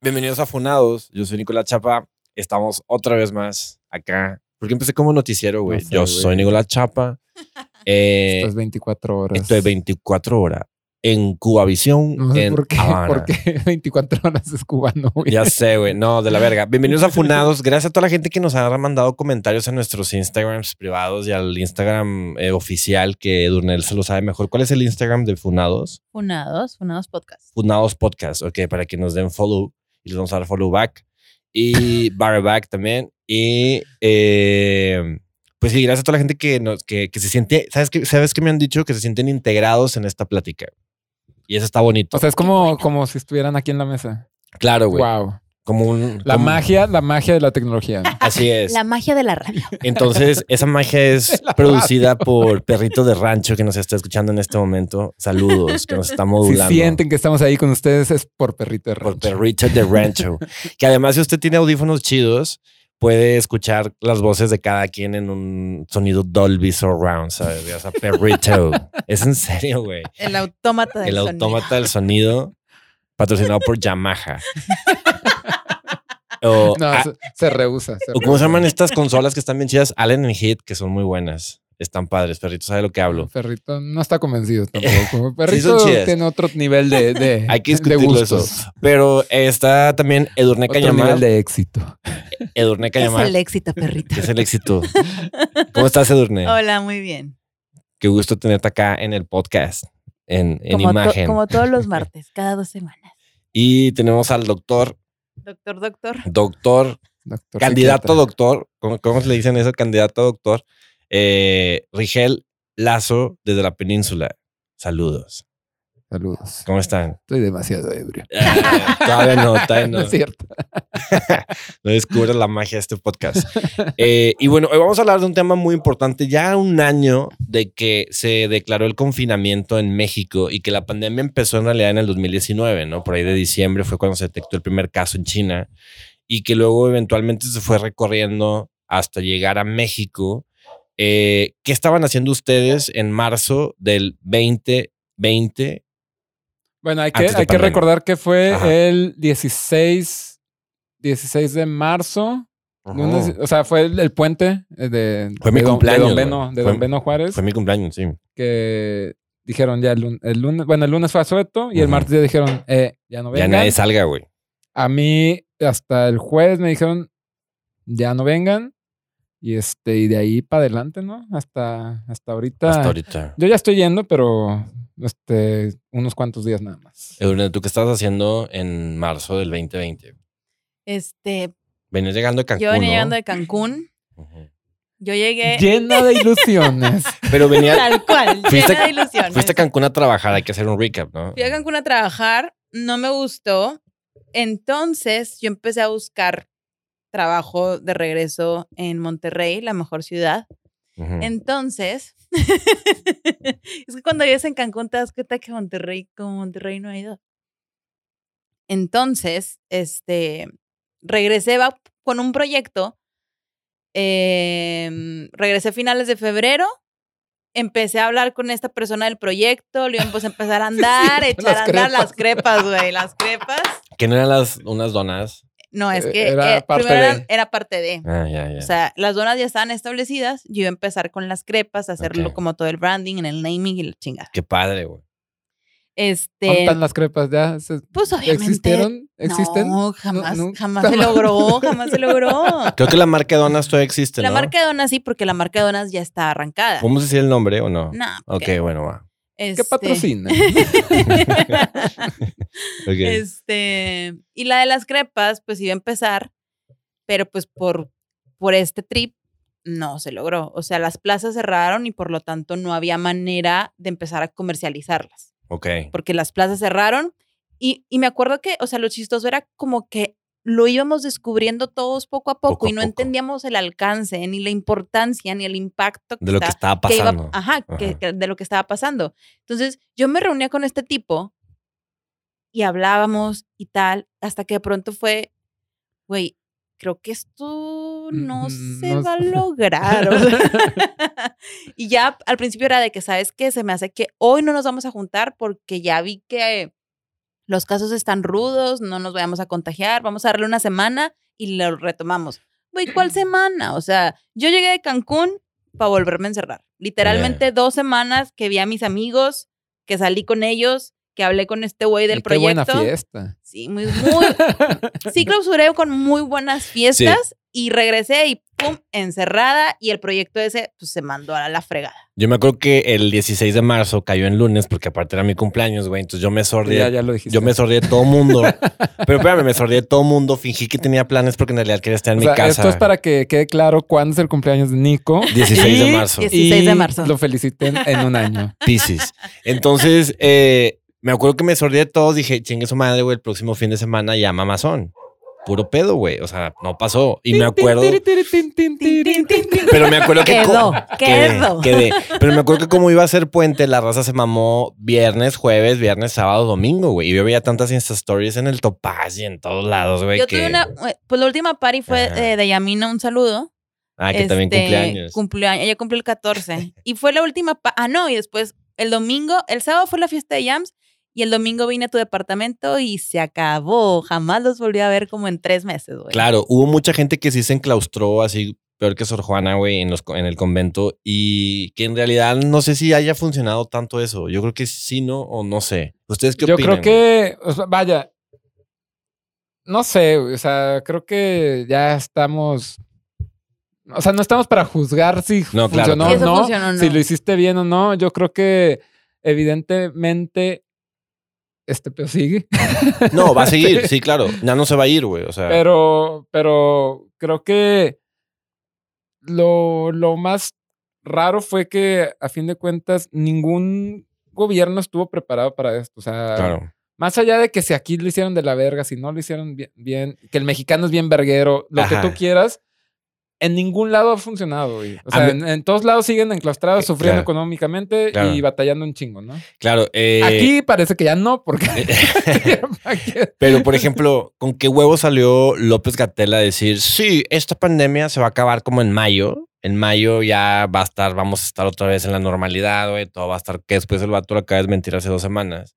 Bienvenidos a Funados. Yo soy Nicolás Chapa. Estamos otra vez más acá. Porque empecé como noticiero, güey. No sé, Yo güey. soy Nicolás Chapa. Eh, Estas 24 horas. estoy 24 horas en Cubavisión. No sé en por qué, Habana. por qué 24 horas es cubano, güey. Ya sé, güey. No, de la verga. Bienvenidos a Funados. Gracias a toda la gente que nos ha mandado comentarios a nuestros Instagrams privados y al Instagram eh, oficial que Durnel se lo sabe mejor. ¿Cuál es el Instagram de Funados? Funados, Funados Podcast. Funados Podcast, ok, para que nos den follow y les vamos a dar follow back y barra back también. Y eh, pues sí, gracias a toda la gente que, nos, que, que se siente, ¿sabes que, ¿sabes que me han dicho? Que se sienten integrados en esta plática. Y eso está bonito. O sea, es como, como si estuvieran aquí en la mesa. Claro, güey. Wow. Como un... La como- magia, la magia de la tecnología. Así es. La magia de la radio. Entonces, esa magia es La producida por Perrito de Rancho que nos está escuchando en este momento. Saludos, que nos está si modulando. sienten que estamos ahí con ustedes es por perrito de por rancho. Perrito de Rancho. que además, si usted tiene audífonos chidos, puede escuchar las voces de cada quien en un sonido Dolby Surround, ¿sabes? O sea, Perrito. es en serio, güey. El autómata del El sonido. autómata del sonido patrocinado por Yamaha. o, No, a- se, se rehúsa. se Ah. o cómo se rehúsa. llaman estas consolas que están bien chidas, Allen and Hit, que son muy buenas. Están padres, perrito, sabe lo que hablo. Perrito no está convencido tampoco. Perrito son chidas. tiene otro nivel de, de, Hay que de discutirlo eso. gustos. Pero está también Edurne Otro nivel Cañamar. de éxito. Edurne ¿Qué es Cañamar, el éxito, perrito. que es el éxito. ¿Cómo estás, Edurne? Hola, muy bien. Qué gusto tenerte acá en el podcast, en, en como, to- imagen. como todos los martes, cada dos semanas. Y tenemos al doctor, Doctor, doctor. doctor, Doctor candidato psiquiatra. doctor, ¿cómo, cómo le dicen eso? Candidato doctor, eh, Rigel Lazo desde la península. Saludos. Saludos. ¿Cómo están? Estoy demasiado ebrio. Eh, todavía no, todavía No no. es cierto. No descubres la magia de este podcast. Eh, y bueno, hoy vamos a hablar de un tema muy importante. Ya un año de que se declaró el confinamiento en México y que la pandemia empezó en realidad en el 2019, ¿no? Por ahí de diciembre fue cuando se detectó el primer caso en China y que luego eventualmente se fue recorriendo hasta llegar a México. Eh, ¿Qué estaban haciendo ustedes en marzo del 2020? Bueno, hay que, Antes de hay que pandemia. recordar que fue Ajá. el 16, 16 de marzo. lunes- o sea, fue el, el puente eh, de, Fue de mi Don- de cumpleaños, Don Beno, güey. de Fue- Don Beno Juárez, Fue mi cumpleaños, sí. que dijeron ya el, lun- el lunes, bueno, el lunes fue a Soeto y el Ujú. martes ya dijeron, eh, ya no Ya vengan. nadie salga, güey. a mí hasta el jueves me dijeron, ya no vengan. Y este, y de ahí para adelante, ¿no? Hasta, hasta ahorita. Hasta ahorita. Yo ya estoy yendo, pero este, unos cuantos días nada más. Eurone, ¿tú qué estabas haciendo en marzo del 2020? Este, Venías llegando a Cancún. yo venía ¿no? llegando de Cancún. Ujú. Yo llegué Llena de ilusiones. Pero venía. tal cual, Fuiste- llena de ilusiones. fuiste a Cancún a trabajar, hay que hacer un recap, ¿no? Fui a Cancún a trabajar, no me gustó. Entonces yo empecé a buscar trabajo de regreso en Monterrey, la mejor ciudad. Ujú. Entonces, es que cuando vives en Cancún te das cuenta que Monterrey, como Monterrey no ha ido. Entonces, este, regresé va- con un proyecto, em, regresé a finales de febrero, empecé a hablar con esta persona del proyecto, luego empecé a empezar a andar, cierto, echar a las andar las crepas, güey, las crepas. Que no eran las, unas donas. No, es E, que Era eh, parte primero de. eran- era parte de. Ah, ya, ya. O sea, las donas ya estaban establecidas. Yo iba a empezar con las crepas, a hacerlo Ok. como todo el branding, en el naming y la chingada. Qué padre, güey. Este, ¿Cuántas las crepas? ¿Ya se- pues obviamente. existieron? ¿Existen? No, jamás, No, no, jamás se logró, jamás se logró. Creo que la marca de donas todavía existe, La ¿no? marca de donas sí, porque la marca de donas ya está arrancada. ¿Podemos decir el nombre o no? No, Este, Ok, bueno, va. ¿Qué patrocina? Ok. Este, y la de las crepas, pues iba a empezar, pero pues por, por este trip no se logró. O sea, las plazas cerraron y por lo tanto no había manera de empezar a comercializarlas, Ok. porque las plazas cerraron. Y, y me acuerdo que, o sea, lo chistoso era como que lo íbamos descubriendo todos poco a poco, Poco a y no poco. entendíamos el alcance, ni la importancia, ni el impacto De lo que está- estaba que iba- pasando. ajá, que- Ajá. que- de lo que estaba pasando. Entonces, yo me reunía con este tipo y hablábamos y tal, hasta que de pronto fue, güey, creo que esto no Mm, se no va a sé". lograr. o sea. y ya al principio era de que, ¿sabes qué? Se me hace que hoy no nos vamos a juntar porque ya vi que los casos están rudos, no nos vayamos a contagiar, vamos a darle una semana y lo retomamos. Güey, ¿cuál semana? O sea, yo llegué de Cancún para volverme a encerrar. Literalmente dos semanas que vi a mis amigos, que salí con ellos, que hablé con este güey del Y qué proyecto. buena fiesta. Sí, muy, muy. sí, clausuré con muy buenas fiestas y regresé y pum, encerrada. Y el proyecto ese pues, se mandó a la fregada. Yo me acuerdo que el 16 de marzo cayó en lunes porque aparte era mi cumpleaños, güey. Entonces yo me sordé. Ya, ya lo dijiste. Yo me sordé de todo mundo. Pero espérame, me sordé de todo mundo. Fingí que tenía planes porque en realidad quería estar en O mi sea, casa. Esto es para que quede claro cuándo es el cumpleaños de Nico. 16 de Y- marzo. 16 de marzo. Lo feliciten en un año. Pisces. Entonces, eh, me acuerdo que me sordé de todos. Dije, chingue su madre, güey, el próximo fin de semana llama Amazon. Puro pedo, güey. O sea, no pasó. Y me acuerdo. Pero me acuerdo que. Quedó, co- quedó. Quedé, quedé. Pero me acuerdo que como iba a ser puente, la raza se mamó viernes, jueves, viernes, sábado, domingo, güey. Y yo veía tantas Insta Stories en el Topaz y en todos lados, güey. Yo que, tuve una. Pues la última party fue Ajá. eh, de Yamina, un saludo. Ah, que también Este, cumpleaños. cumpleaños. Ella cumplió el 14. y fue la última. pa- Ah, no, y después el domingo, el sábado fue la fiesta de Yams. Y el domingo vine a tu departamento y se acabó. Jamás los volví a ver como en tres meses, güey. Claro, hubo mucha gente que sí se enclaustró así, peor que Sor Juana, güey, en, los co- en el convento. Y que en realidad no sé si haya funcionado tanto eso. Yo creo que sí, no, o no sé. ¿Ustedes qué Yo opinan? creo que, o sea, vaya, no sé, güey, o sea, creo que ya estamos, o sea, no estamos para juzgar si No, claro, funcionó claro. Si eso o no, funcionó o no. si lo hiciste bien o no. Yo creo que evidentemente este pedo sigue, güey? No, va a seguir, sí, claro. Ya no se va a ir, güey. O sea, pero, pero creo que lo, lo más raro fue que a fin de cuentas ningún gobierno estuvo preparado para esto. O sea, claro. Más allá de que si aquí lo hicieron de la verga, si no lo hicieron bien, bien, que el mexicano es bien verguero, lo Ajá. que tú quieras, en ningún lado ha funcionado, güey. O A sea, mí- en, en todos lados siguen enclaustrados, Eh, sufriendo claro. económicamente Claro. y batallando un chingo, ¿no? Claro. eh, aquí parece que ya no, porque... aquí- Pero, por ejemplo, ¿con qué huevo salió López Gatela a decir, sí, esta pandemia se va a acabar como en mayo? En mayo ya va a estar, vamos a estar otra vez en la normalidad, güey, todo va a estar, que después el vato lo acaba de mentir hace dos semanas.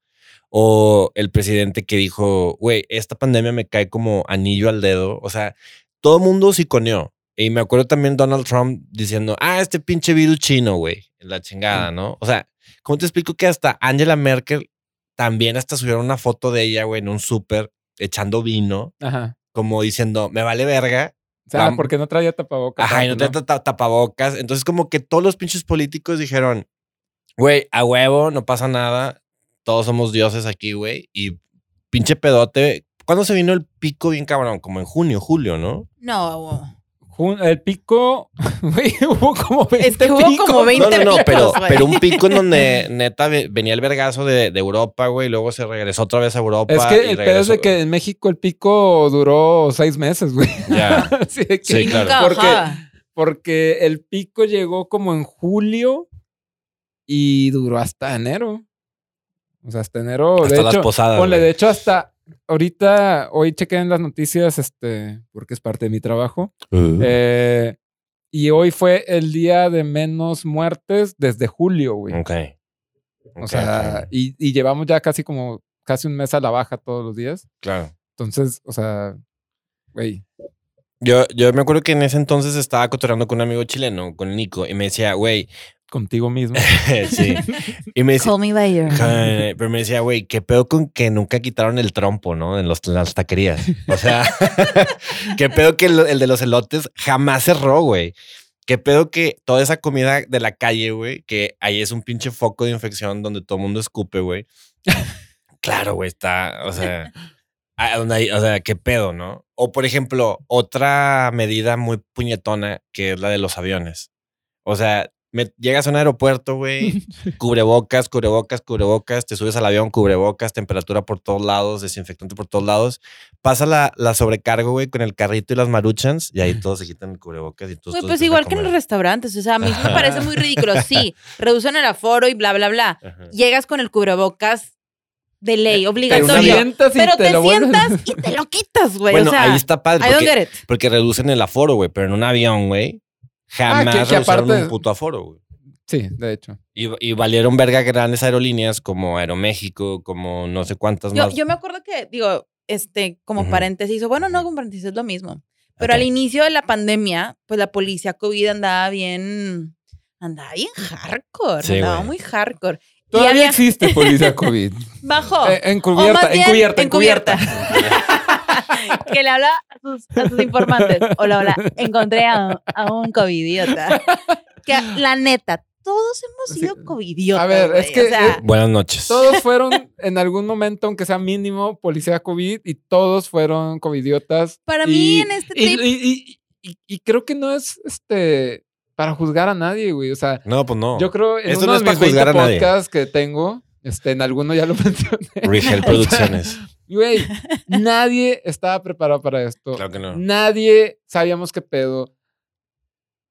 O el presidente que dijo, güey, esta pandemia me cae como anillo al dedo. O sea, todo el mundo siconeó. Y me acuerdo también Donald Trump diciendo, ah, este pinche virus chino, güey, la chingada, ¿no? O sea, ¿cómo te explico que hasta Angela Merkel también hasta subieron una foto de ella, güey, en un súper echando vino, Ajá. como diciendo, me vale verga. O sea, Tam- porque no traía tapabocas. Ajá, y no te ¿no? ta- tapabocas. Entonces, como que todos los pinches políticos dijeron, güey, a huevo, no pasa nada. Todos somos dioses aquí, güey. Y pinche pedote. ¿Cuándo se vino el pico bien cabrón? Como en junio, julio, ¿no? No, güey. Jun- El pico, güey, hubo como 20 Es que hubo picos. como 20 No, no, no, picos, pero, güey. pero un pico en donde neta ve- venía el vergazo de, de Europa, güey, y luego se regresó otra vez a Europa. Es y que el pedo es regresó- de que en México el pico duró seis meses, güey. Ya. Así de que- Sí, y nunca claro. Porque- bajaba. Porque el pico llegó como en julio y duró hasta enero. O sea, hasta enero. Hasta de las hecho, posadas. ponle, güey. de hecho, hasta ahorita, hoy chequé en las noticias, este, porque es parte de mi trabajo. Uh. eh, y hoy fue el día de menos muertes desde julio, güey. Ok. o sea, y, y llevamos ya casi como casi un mes a la baja todos los días. claro. Entonces, o sea, güey. Yo, yo me acuerdo que en ese entonces estaba cotorreando con un amigo chileno, con Nico, y me decía, güey, Contigo mismo. sí. Y me decía, Call me by your name. "Ay", pero me decía, güey, qué pedo con que nunca quitaron el trompo, ¿no? En los, en las taquerías. O sea, qué pedo que el, el de los elotes jamás cerró, güey. Qué pedo que toda esa comida de la calle, güey, que ahí es un pinche foco de infección donde todo el mundo escupe, güey. Claro, güey, está, o sea, a- donde hay- o sea, qué pedo, ¿no? O por ejemplo, otra medida muy puñetona que es la de los aviones. O sea, me- llegas a un aeropuerto, güey, cubrebocas, cubrebocas, cubrebocas, te subes al avión, cubrebocas, temperatura por todos lados, desinfectante por todos lados, pasa la, la sobrecargo, güey, con el carrito y las maruchans y ahí todos se quitan el cubrebocas y todos... Güey, todos pues empiezan a igual que en los comer. restaurantes, o sea, a mí sí me Ajá. parece muy ridículo. Sí, reducen el aforo y bla, bla, bla. Ajá. Llegas con el cubrebocas de ley, Eh, Pero Te una obligatorio. bien- sientas y Pero te, te lo vuelves- sientas y te lo quitas, güey. Bueno, o sea, ahí está padre. I don't porque- get it. Porque reducen el aforo, güey, pero en un avión, güey, jamás Ah, que- que reducieron aparte- un puto aforo, güey. Sí, de hecho. Y, y valieron verga grandes aerolíneas como Aeroméxico, como no sé cuántas Yo, más. yo me acuerdo que, digo, este, como Ujú. paréntesis, o bueno, no como paréntesis, es lo mismo. Pero Ok. al inicio de la pandemia, pues la policía COVID andaba bien, andaba bien hardcore, Sí, andaba güey. muy hardcore. Y Todavía había- existe policía COVID. Bajó. Eh, O más encubierta, bien, encubierta, encubierta. que le habla a sus, a sus informantes. Hola, hola, encontré a, a un covidiota. Que la neta, todos hemos Sí. sido covidiotas. A ver, güey, es que- eh, o sea, Buenas noches. Todos fueron en algún momento, aunque sea mínimo, policía COVID y todos fueron covidiotas. Para Y- mí en este y- trip- y- y- y- y creo que no es este para juzgar a nadie, güey. O sea, No, pues no. Yo creo en Esto uno no es de para mis 20 juzgar a nadie. podcasts que tengo, este, en alguno ya lo mencioné. Rigel Producciones. Güey, nadie estaba preparado para esto. claro que no. Nadie sabíamos qué pedo.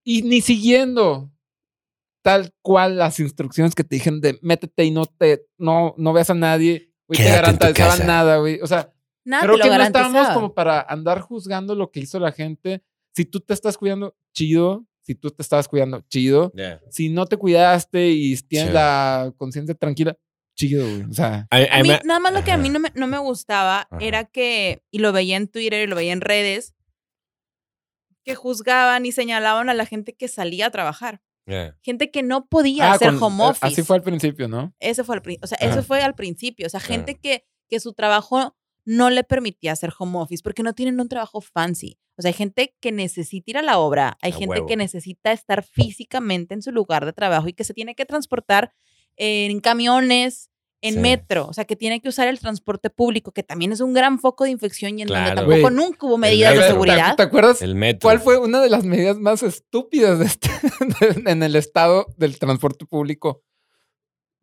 Y ni siguiendo tal cual las instrucciones que te dijeron de métete y no te no, no veas a nadie. Güey, te Quédate en tu garantizaban casa. nada, güey. O sea, nada creo te lo que no estábamos garantizaba. como para andar juzgando lo que hizo la gente. Si tú te estás cuidando, chido. Si tú te estabas cuidando, chido Ya. si no te cuidaste y tienes Sí. la conciencia tranquila, chido, güey. O sea, A- a A mí, mí- nada más lo que a Ajá. mí no me, no me gustaba Ajá. era que, y lo veía en Twitter y lo veía en redes, que juzgaban y señalaban a la gente que salía a trabajar. ya. Gente que no podía hacer Ah, con- eh, home office. Así fue al principio, ¿no? Ese fue al prin- o sea, Ajá. eso fue al principio. O sea, Claro. gente que, que su trabajo no le permitía hacer home office porque no tienen un trabajo fancy. O sea, hay gente que necesita ir a la obra, hay A gente huevo. que necesita estar físicamente en su lugar de trabajo y que se tiene que transportar en camiones, en Sí. metro, o sea, que tiene que usar el transporte público, que también es un gran foco de infección y en donde Claro. tampoco Güey, nunca hubo Ya medidas el de metro. seguridad. ¿Te, te acuerdas El metro. cuál fue una de las medidas más estúpidas de este- de- en el estado del transporte público?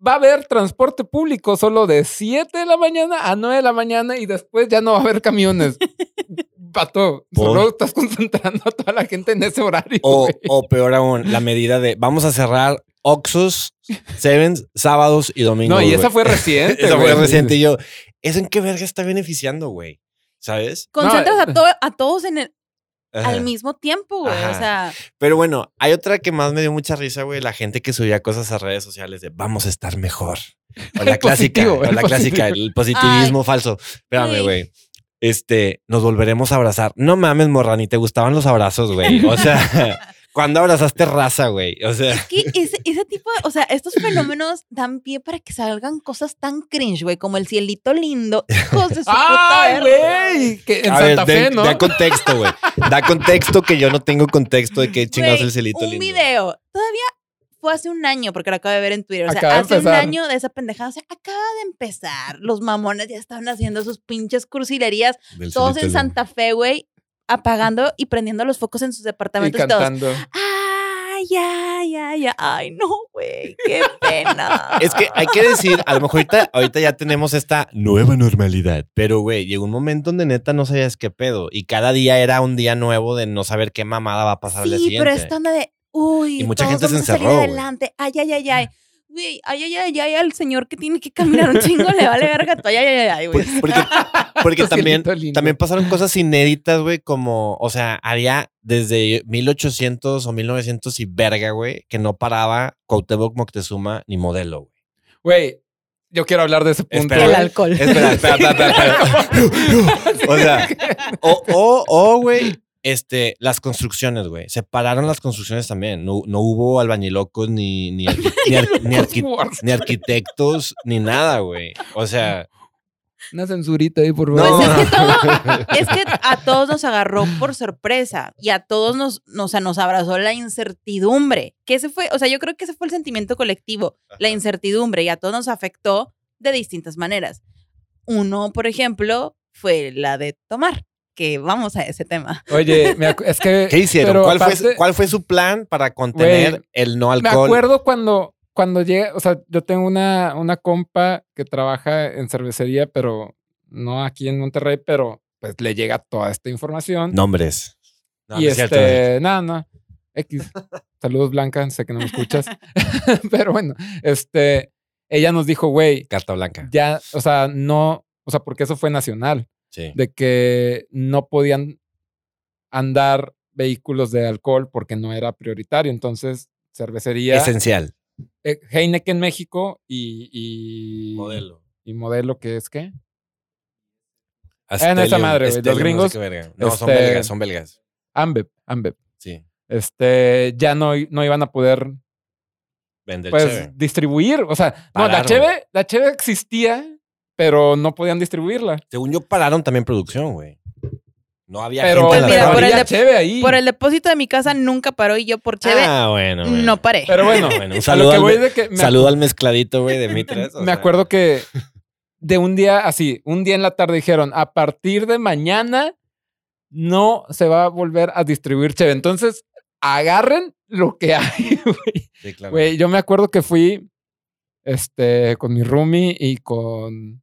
Va a haber transporte público solo de 7 de la mañana a 9 de la mañana y después ya no va a haber camiones. Pato, ¿Por? solo estás concentrando a toda la gente en ese horario. O, güey. o peor aún, la medida de vamos a cerrar Oxus, Sevens, sábados y domingos. no, y güey. esa fue reciente. Esa fue güey. reciente. Y yo, ¿eso en qué verga está beneficiando, güey? ¿Sabes? Concentras No, a, to- a todos en el- eh, Ajá. al mismo tiempo, güey. O Ajá. sea, Pero bueno, hay otra que más me dio mucha risa, güey. La gente que subía cosas a redes sociales de vamos a estar mejor. O la El clásica, positivo, o el la clásica, el positivismo falso. Espérame, Ay. güey. Este, nos volveremos a abrazar. No mames, morra, ni te gustaban los abrazos, güey. O sea, cuando abrazaste raza, güey. O sea, que ese, ese tipo de, o sea, estos fenómenos dan pie para que salgan cosas tan cringe, güey, como el cielito lindo. Hijos de su puta ¡Ay, verga, güey! Que en a ver, Santa de- Fe, ¿no? da contexto, güey. Da contexto que yo no tengo contexto de qué chingados Güey, el celito Un lindo. video. Todavía fue hace un año, porque lo acabo de ver en Twitter. O sea, Acaba de hace un empezar. año de esa pendejada. O sea, acaba de empezar. Los mamones ya estaban haciendo sus pinches cursilerías, del todos celito en lindo. Santa Fe, güey, apagando y prendiendo los focos en sus Y departamentos y todos. cantando. Ay, ay, ay, ay. Ay, no, güey. Qué pena. Es que hay que decir, a lo mejor ahorita, ahorita ya tenemos esta nueva normalidad, pero güey, llegó un momento donde neta no sabías qué pedo y cada día era un día nuevo de no saber qué mamada va a pasar al día Sí, siguiente. pero esta onda de, uy, Y mucha todos gente se vamos a salir encerró, güey. adelante. Ay, ay, ay, ay. Güey, ay, ay, ay, ay, al señor que tiene que caminar un chingo le vale verga todo. Ay, ay, ay, ay, güey. Por- Porque, porque Tu también, cielito lindo. también pasaron cosas inéditas, güey, como, o sea, había desde 1800 o 1900 y verga, güey, que no paraba Cuauhtémoc Moctezuma ni modelo, güey. Güey, yo quiero hablar de ese punto. Espera. El güey. alcohol. Espera, espera, espera, espera, espera. o sea, o, o, o, güey, este, las construcciones, güey. Se pararon las construcciones también. No, no hubo albañilocos ni, ni, arqui- ni, ar- ni arqui- ni arquitectos ni nada, güey. O sea, Una censurita ahí, por No. favor. Pues es que todo, es que a todos nos agarró por sorpresa y a todos nos, no, o sea, nos abrazó la incertidumbre. Que ese fue, o sea, yo creo que ese fue el sentimiento colectivo, la incertidumbre y a todos nos afectó de distintas maneras. Uno, por ejemplo, fue la de tomar, que vamos a ese tema. Oye, me acu- es que. ¿qué hicieron? pero ¿Cuál, fue, aparte- ¿Cuál fue su plan para contener Güey, el no Me alcohol? acuerdo cuando, cuando llega, o sea, yo tengo una, una compa que trabaja en cervecería, pero no aquí en Monterrey, pero pues le llega toda esta información. Nombres. No, y no es este, cierto, eh. güey. nada, no. X. Saludos, Blanca, sé que no me escuchas. pero bueno, este, ella nos dijo, güey, Carta blanca. ya, o sea, no, o sea, porque eso fue nacional, Sí. de que no podían andar vehículos de alcohol porque no era prioritario. Entonces, cervecería Esencial. eh, Heineken México y, y. Modelo. Y modelo que es qué? Astelium, Ah, esa madre, güey, los Astelium, gringos, No, sé qué verga. No, son este- belgas, son belgas. Ambev. Ambev. Sí, Este, ya no, no iban a poder vender pues chévere. distribuir. O sea, no, la Pararon. cheve, la cheve existía, pero no podían distribuirla. Según yo, pararon también producción, güey. No había Pero, gente en Pues la mira, pero por el había de- cheve ahí. Por el depósito de mi casa nunca paró y yo por cheve Ah, bueno. bueno. no paré. Pero bueno, Bueno, un a saludo lo que al- voy es de que me, Saludo al mezcladito, güey, de Mitres. o me sea. acuerdo que de un día así, un día en la tarde dijeron, a partir de mañana no se va a volver a distribuir cheve. Entonces, agarren lo que hay, güey. Sí, claro. Güey, yo me acuerdo que fui este, con mi roomie y con.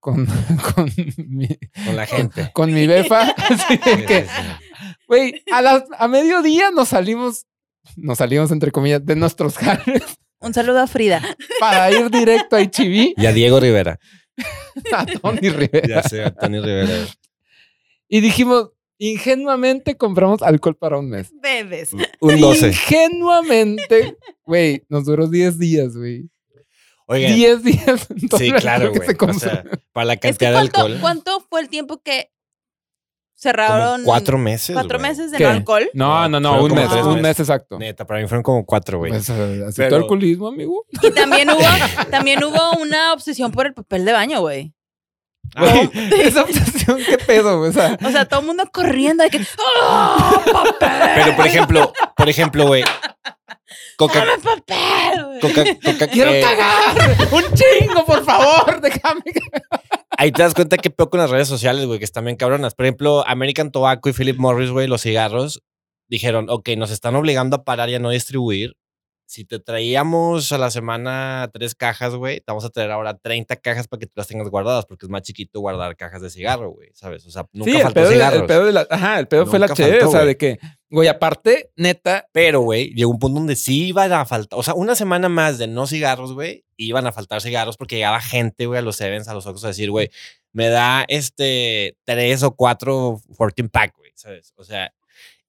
Con, con, mi, Con la gente. con mi befa. Así de que, Sí, sí, sí. Güey, a, las- a mediodía nos salimos, nos salimos entre comillas de nuestros jales Un saludo a Frida. para ir directo a Ichibi, Y a Diego Rivera. a Tony Ya Rivera. sé, a Tony Rivera. Y dijimos, ingenuamente compramos alcohol para un mes. Bebes. Un 12. Ingenuamente, güey, nos duró 10 días, güey. Oigan, 10 días. en todo sí, el alcohol claro, que güey. se O consumió. sea, para la Es cantidad que de ¿cuánto, alcohol. ¿cuánto fue el tiempo que como cerraron? cuatro meses. cuatro güey. meses de ¿Qué? no alcohol. no, no, no, Fueron un como mes, tres un meses. mes exacto. Neta, para mí fueron como cuatro, güey. Pues, eh, así Pero- todo alcoholismo, amigo. Y también hubo, también hubo una obsesión por el papel de baño, güey. Ay, Esa obsesión, qué pedo, güey. O sea, O sea, todo el mundo corriendo de que ¡Oh, papel! pero por ejemplo, por ejemplo, güey. Coca, ¡Dame papel! güey! coca, coca, quiero eh, cagar. Un chingo, por favor, déjame. Ahí te das cuenta que peor con las redes sociales, güey, que están bien cabronas. Por ejemplo, American Tobacco y Philip Morris, güey, los cigarros, dijeron, ok, nos están obligando a parar y a no distribuir. Si te traíamos a la semana tres cajas, güey, te vamos a traer ahora 30 cajas para que tú las tengas guardadas, porque es más chiquito guardar cajas de cigarro, güey, ¿sabes? O sea, nunca sí, el faltó pedo, de, cigarros. el pedo de la. Ajá, el pedo fue la Nunca chévere. faltó, O sea, güey. de que, güey, aparte, neta, Pero, güey, llegó un punto donde sí iban a faltar, o sea, una semana más de no cigarros, güey, iban a faltar cigarros porque llegaba gente, güey, a los Sevens, a los Oxos a decir, güey, me da este tres o cuatro 14 pack, güey, ¿sabes? O sea,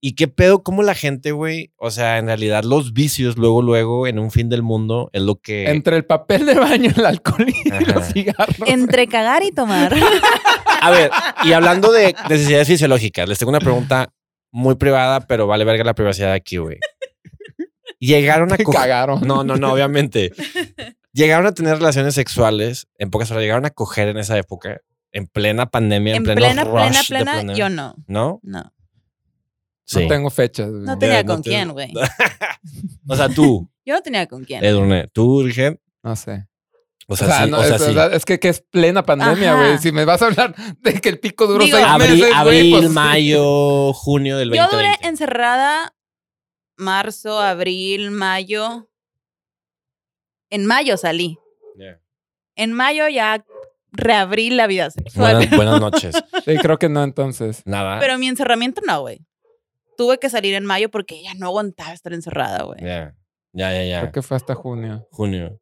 ¿y qué pedo cómo la gente, güey? O sea, en realidad los vicios luego, luego, en un fin del mundo, es lo que... entre el papel de baño, el alcohol y Ajá. los cigarros. Entre cagar y tomar. A ver, y hablando de necesidades fisiológicas, les tengo una pregunta muy privada, pero vale verga la privacidad aquí, güey. Llegaron a Te coger... cagaron. No, no, no, obviamente. Llegaron a tener relaciones sexuales, en pocas horas llegaron a coger en esa época, en plena pandemia, en, En pleno plena, rush plena, de plena, pandemia. yo no. ¿No? No. Sí. No tengo fechas. güey. No tenía Ya, no con te- quién, güey. O sea, tú, Yo no tenía con quién. Edurne, tú, Virgen. No sé. O O sea, sea, sí, no, o sea, es, sí. verdad, es que, que es plena pandemia, Ajá. güey. Si me vas a hablar de que el pico duró Digo, seis Abri- meses, güey, abril, pues, mayo, junio del Yo 2020. duré encerrada marzo, abril, mayo. En mayo salí. Yeah. En mayo ya reabrí la vida sexual. Buenas, buenas noches. Sí, creo que no, entonces. Nada. Pero mi encerramiento no, güey. Tuve que salir en mayo porque ya no aguantaba estar encerrada, güey. Ya, ya, ya, ya. Creo que fue hasta junio. Junio.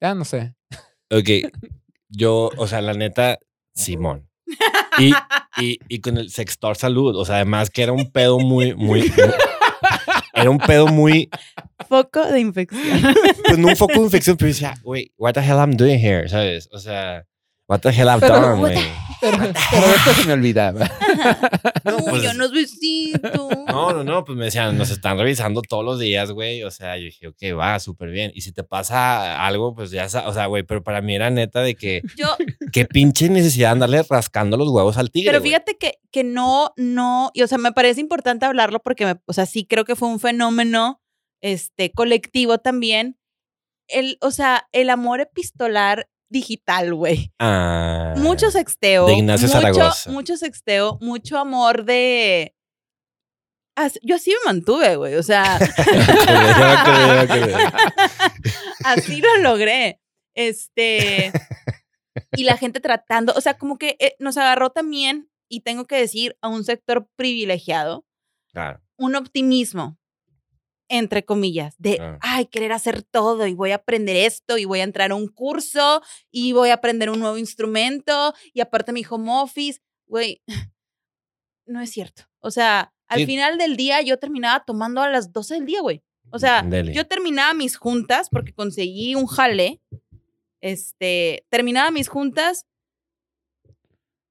Ya no sé. Ok, yo, o sea, la neta, Simón. Y, y, y con el sextor salud, o sea, además que era un pedo muy, muy, muy- era un pedo muy, Foco de infección. pues no un foco de infección, pero yo decía, wait, what the hell I'm doing here, ¿sabes? O sea, what the hell I've Pero, done, what the- güey. Pero, pero esto se me olvidaba. No, pues- yo no visito. No, no, no, pues me decían, nos están revisando todos los días, güey. O sea, yo dije, ok, va, súper bien. Y si te pasa algo, pues ya, sa- o sea, güey, pero para mí era neta de que, Yo, qué pinche necesidad de andarle rascando los huevos al tigre. pero güey. fíjate que, que no, no, y o sea, me parece importante hablarlo porque, me, o sea, sí creo que fue un fenómeno este, colectivo también. El, o sea, el amor epistolar digital, güey. Ah. mucho sexteo. de Ignacio mucho, Zaragoza. Mucho sexteo, mucho amor de. As- Yo así me mantuve, güey. O sea, Ya me acordé, ya me acordé. así lo logré. Este. Y la gente tratando, o sea, como que eh, nos agarró también, y tengo que decir, a un sector privilegiado, Claro. un optimismo, entre comillas, de, Ah. ay, querer hacer todo y voy a aprender esto y voy a entrar a un curso y voy a aprender un nuevo instrumento y aparte mi home office, güey, no es cierto. O sea, al Sí. final del día yo terminaba tomando a las 12 del día, güey. O sea, Dele. yo terminaba mis juntas porque conseguí un jale. Este, terminaba mis juntas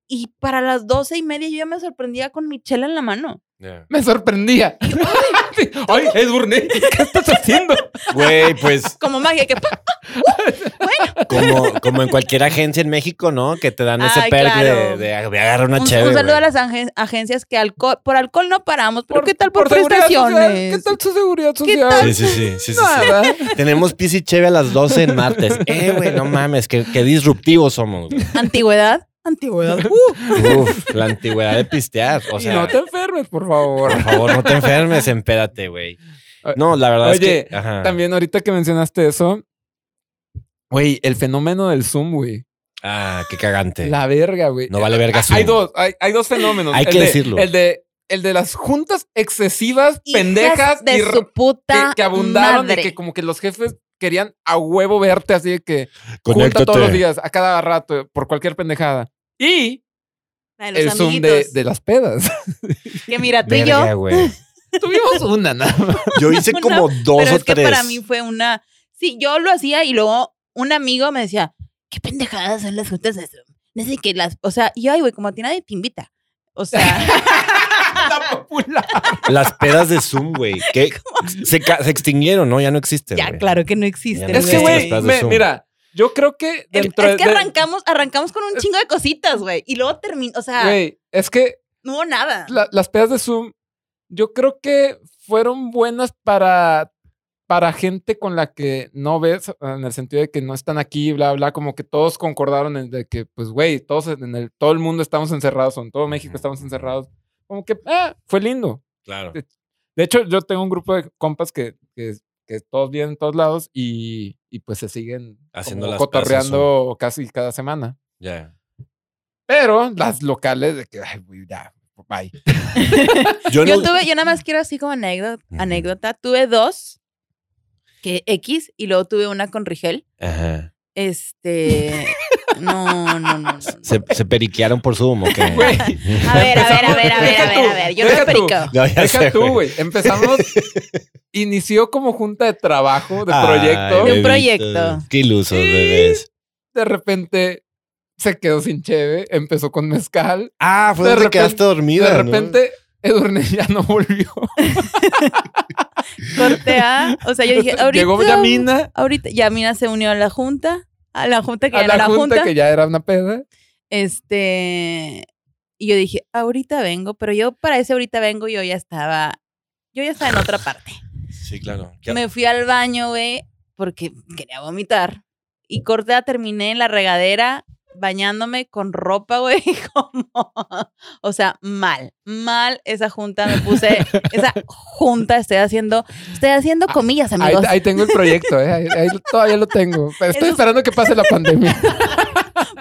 y para las doce y media yo ya me sorprendía con mi chela en la mano. Ya. Me sorprendía. ¡Ay, es Burné! ¿Qué estás haciendo? Güey, pues Como magia que ¡pum! como, como en cualquier agencia en México, ¿no? Que te dan ese Ay, perk de, claro. de agarrar una un, un chévere. saludo güey. a las agen- agencias que alcohol, por alcohol no paramos, pero Por- ¿qué tal por, seguridad social, ¿Qué frustraciones? tal su seguridad social? tal? Sí, sí, sí. sí, sí, sí. Nada. Tenemos pis y cheve a las 12 en martes. Eh, güey, no mames, qué, qué disruptivos somos. güey. Antigüedad, antigüedad. Uh, Uf, la antigüedad de pistear. O sea, Ah. Y no te enfermes, por favor. por favor, no te enfermes, empédate, güey. No, la verdad Oye, es que. Ajá. También ahorita que mencionaste eso, güey, el fenómeno del Zoom, güey. Ah, qué cagante. La verga, güey. No vale verga Hay Zoom. dos, hay, hay dos fenómenos. Hay El que de- decirlo. El de, el de las juntas excesivas, hijas pendejas de y r- su puta que, que abundaron madre. y que como que los jefes querían a huevo verte así de que junta Conéctate. todos los días, a cada rato, por cualquier pendejada. Y Ay, los el Zoom de, amiguitos. de las pedas. Que mira, tú y yo, Verga, güey. Tuvimos una, nada más. Yo hice Una, como dos Pero o es que tres. para mí fue una. Sí, yo lo hacía y luego un amigo me decía, qué pendejadas son las juntas de Zoom. No sé que las. O sea, y yo, ay, güey, como a ti nadie te invita. O Este, sea, La popular. Las pedas de Zoom, güey. Que se, ca- se extinguieron, ¿no? Ya no existen. ya, güey. claro que no existe. Ya no Es que, Existen las güey, pedas de me- Zoom. mira, yo creo que El- dentro es que de- arrancamos, arrancamos con un chingo de cositas, güey. Y luego terminó. O sea, Güey, es que no hubo nada. la- las pedas de Zoom, yo creo que fueron buenas para, para gente con la que no ves, en el sentido de que no están aquí, bla, bla, como que todos concordaron en de que, pues, güey, todos en el, todo el mundo estamos encerrados, o en todo México Ujú. estamos encerrados. Como que, ah, fue lindo. Claro. De hecho, yo tengo un grupo de compas que, que, que todos vienen de todos lados y, y pues se siguen Haciendo como las paces, cotorreando casi cada semana. Ya. Pero las locales de que, ay, güey, ya, bye. Yo no. Yo tuve, yo nada más quiero así como anécdota, Ujú. anécdota. Tuve dos que X y luego tuve una con Rigel. Ajá. Este. No, no, no. no, no. Se, se periquearon por Zoom, ¿o qué? Güey, A ver, a ver, a ver, a ver, a ver, a ver. Yo no Deja tú. perico. No, ya sé, Deja tú, güey. güey. Empezamos. inició como junta de trabajo, de Ay, proyecto. De un bebitos. proyecto. Qué ilusos, Sí. bebés. De repente se quedó sin cheve. Empezó con mezcal. Ah, fue De donde repente- quedaste dormida. De ¿no? repente, Edurne ya no volvió. Corte A. O sea, yo dije, ahorita. Llegó Yamina Ahorita Yamina se unió a la junta. A la junta que a ya no la era junta, junta. que ya era una peda. Este. Y yo dije, ahorita vengo, pero yo para ese ahorita vengo, yo ya estaba. Yo ya estaba en otra parte. Sí, claro. Me fui al baño, güey, porque quería vomitar. Y corte A, terminé en la regadera bañándome con ropa, güey, como, o sea, mal, mal esa junta me puse, esa junta estoy haciendo, estoy haciendo Ah, comillas, Ahí, amigos. ahí tengo el proyecto, ¿eh? Ahí, ahí todavía lo tengo. Pero estoy Eso- esperando que pase la pandemia.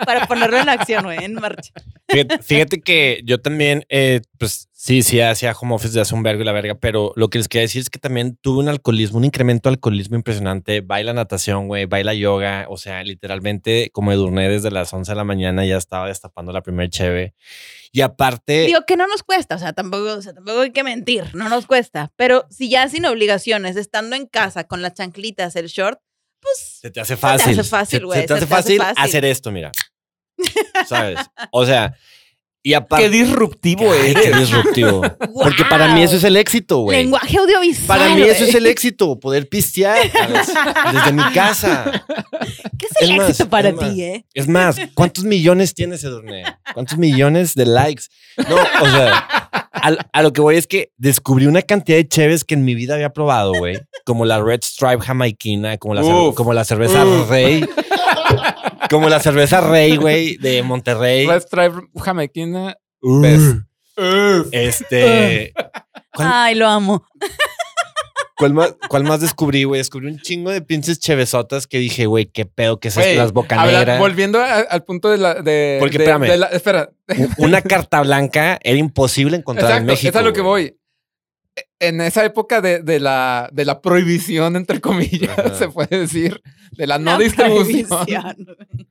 para ponerlo en acción, güey, en marcha. Fíjate, fíjate que yo también, eh, pues sí, sí, hacía home office de hace un vergo y la verga, pero lo que les quería decir es que también tuve un alcoholismo, un incremento de alcoholismo impresionante. Baila natación, güey, baila yoga. O sea, literalmente, como edurné desde las 11 de la mañana, ya estaba destapando la primer cheve. Y aparte, Digo que no nos cuesta, o sea, tampoco, o sea, tampoco hay que mentir, no nos cuesta, pero si ya sin obligaciones, estando en casa con las chanclitas, el short, pues se te hace te hace fácil. fácil, güey, Se, te hace fácil hacer esto, mira. ¿Sabes? O sea, y aparte. disruptivo Ay, qué disruptivo. Porque para mí eso es el éxito, güey. lenguaje audiovisual. Para mí eso güey. es el éxito, poder pistear ¿sabes? desde mi casa. ¿Qué es el Es más, éxito para es más. ti, eh? Es más, ¿cuántos millones tienes, Edurne? ¿Cuántos millones de likes? No, o sea, al- a, lo que voy es que descubrí una cantidad de cheves que en mi vida había probado, güey. Como la Red Stripe jamaiquina, como la, cer- Uf. como la cerveza Uf. Rey. Como la cerveza Rey, güey, de Monterrey. Let's try jamaiquina. Uf. Best. Este... ¿Cuál- Ay, lo amo. ¿Cuál más, cuál más descubrí, güey? Descubrí un chingo de pinches chevesotas que dije, güey, qué pedo que es Güey, las Habla- bocaneras. volviendo a- al punto de la. De, Porque, de- espérame. de la- espera, Una carta blanca era imposible encontrar en México. Es a lo que güey. voy. E, En esa época de, de la, de la prohibición, entre comillas, Ajá. se puede decir, de la no La distribución. prohibición, güey.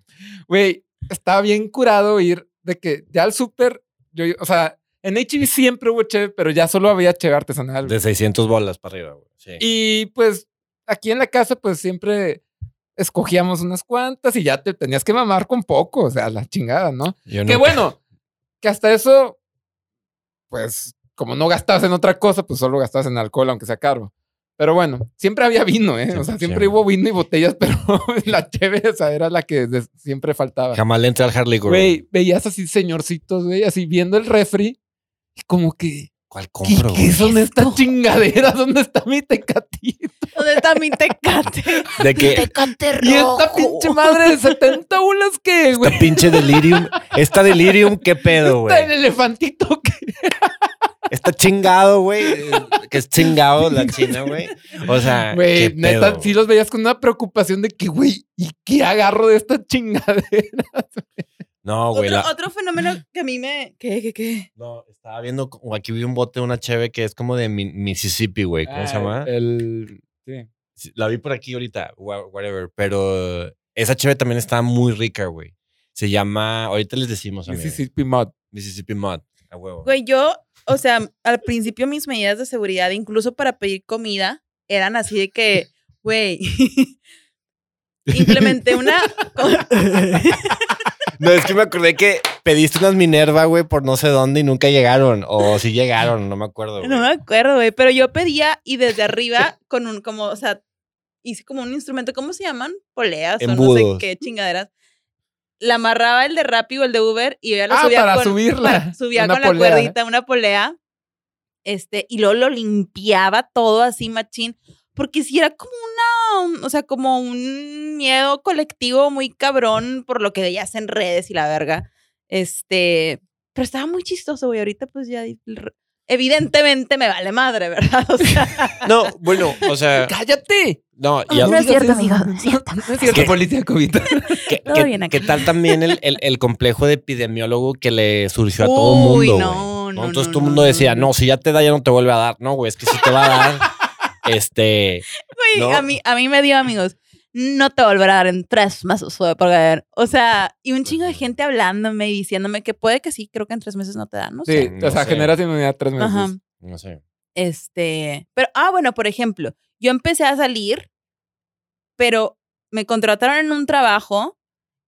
Güey, estaba bien curado ir de que ya al súper, yo, o sea, En HB siempre hubo cheve, pero ya solo había cheve artesanal. De 600 bolas para arriba, güey. Sí. Y pues aquí en la casa, pues siempre escogíamos unas cuantas y ya te tenías que mamar con poco, o sea, la chingada, ¿no? Yo Que nunca- bueno, que hasta eso, pues como no gastabas en otra cosa, pues solo gastabas en alcohol, aunque sea caro. Pero bueno, siempre había vino, ¿eh? o sea, Siempre, siempre siempre. hubo vino y botellas, pero la chévere, o sea, era la que des- siempre faltaba. Jamás le entré al Harley Quinn. Güey, veías así señorcitos, güey, así viendo el refri y como que, ¿Cuál ¿qué, compro? qué güey? son estas chingaderas? ¿Dónde está mi tecatito? ¿Dónde está mi tecate? De que Tecate Y esta pinche madre de 70 bolas que, güey. esta pinche delirium, esta delirium, qué pedo, Está el güey. elefantito que Está chingado, güey. Que es chingado la china, güey. O sea, güey, Ah, qué neta, pedo. sí los veías con una preocupación de que, güey, ¿y qué agarro de esta chingadera? No, güey. otro, la- otro fenómeno que a mí me. ¿Qué, qué, qué? No, estaba viendo, como aquí vi un bote, una cheve que es como de Mi- Mississippi, güey. ¿Cómo se Ah, llama? El. Sí. Sí, La vi por aquí ahorita, wha- whatever. Pero esa cheve también está muy rica, güey. Se llama, ahorita les decimos, amiga. Mississippi Mod. Mississippi Mud, a huevo. Güey, yo, o sea, al principio mis medidas de seguridad, incluso para pedir comida, eran así de que, güey. Implementé una. No, es que me acordé que pediste unas Minerva, güey, por no sé dónde y nunca llegaron. O sí llegaron, no me acuerdo. güey. No me acuerdo, güey, pero yo pedía y desde arriba con un, como, o sea, hice como un instrumento, ¿cómo se llaman? Poleas o no Embudos. sé qué chingaderas. La amarraba el de Rappi o el de Uber y yo ya la Ah, subía para con, subirla. para- subía Una con polea. la cuerdita, una polea, este, y luego lo limpiaba todo así machín, porque si era como una, un- o sea, como un miedo colectivo muy cabrón por lo que veías en redes y la verga, este, pero estaba muy chistoso, güey, ahorita pues ya evidentemente me vale madre, ¿verdad? O sea, No, bueno, o sea, ¡Cállate! no, y a- No es cierto, digas eso. amigo, no es cierto. No es cierto, ¿Qué? policía COVID. ¿qué, todo qué- bien acá. qué tal también el, el- el complejo de epidemiólogo que le surgió a todo mundo? Uy, güey? no, no, Entonces no, todo el no, mundo no, decía, no. no, si ya te da, ya no te vuelve a dar. No, güey, es que si te va a dar, este, güey, No. a, mí, a mí me dio, amigos, no te volverá a dar en tres meses, güey, porque, a ver, o sea, y un chingo de gente hablándome y diciéndome que puede que sí, creo que en tres meses no te dan, no sé. Sí, no o sea, sé. generas inmunidad tres meses. Ajá. no sé. Este, pero, ah, bueno, por ejemplo, yo empecé a salir, pero me contrataron en un trabajo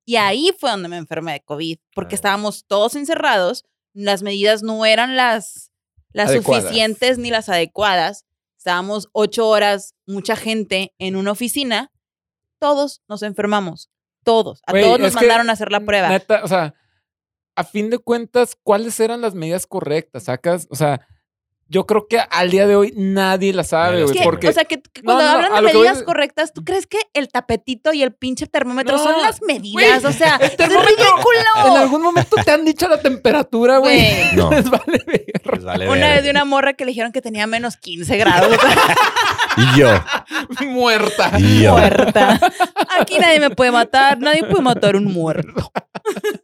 y ahí fue donde me enfermé de COVID, porque Ah. estábamos todos encerrados, las medidas no eran las, las Adecuadas. suficientes ni las adecuadas, estábamos ocho horas, mucha gente en una oficina, todos nos enfermamos, todos, a Güey, todos nos es que, mandaron a hacer la prueba. Neta, o sea, a fin de cuentas, ¿cuáles eran las medidas correctas? Sacas, o sea, yo creo que al día de hoy nadie la sabe, Nadie las Es güey, que, sabe. porque o sea, que, que No, cuando no, no, hablan a de lo que voy medidas es- correctito, ¿tú crees que el tapetito y el pinche termómetro No, son las medidas? güey, o sea, el es termómetro- en ridículo. algún momento te han dicho la temperatura, güey. Güey, No, Les vale ver. pues vale una verga. vez de una morra que le dijeron que tenía menos 15 grados, o sea, Y yo, Muerta. y yo. muerta. Aquí nadie me puede matar, nadie puede matar un muerto.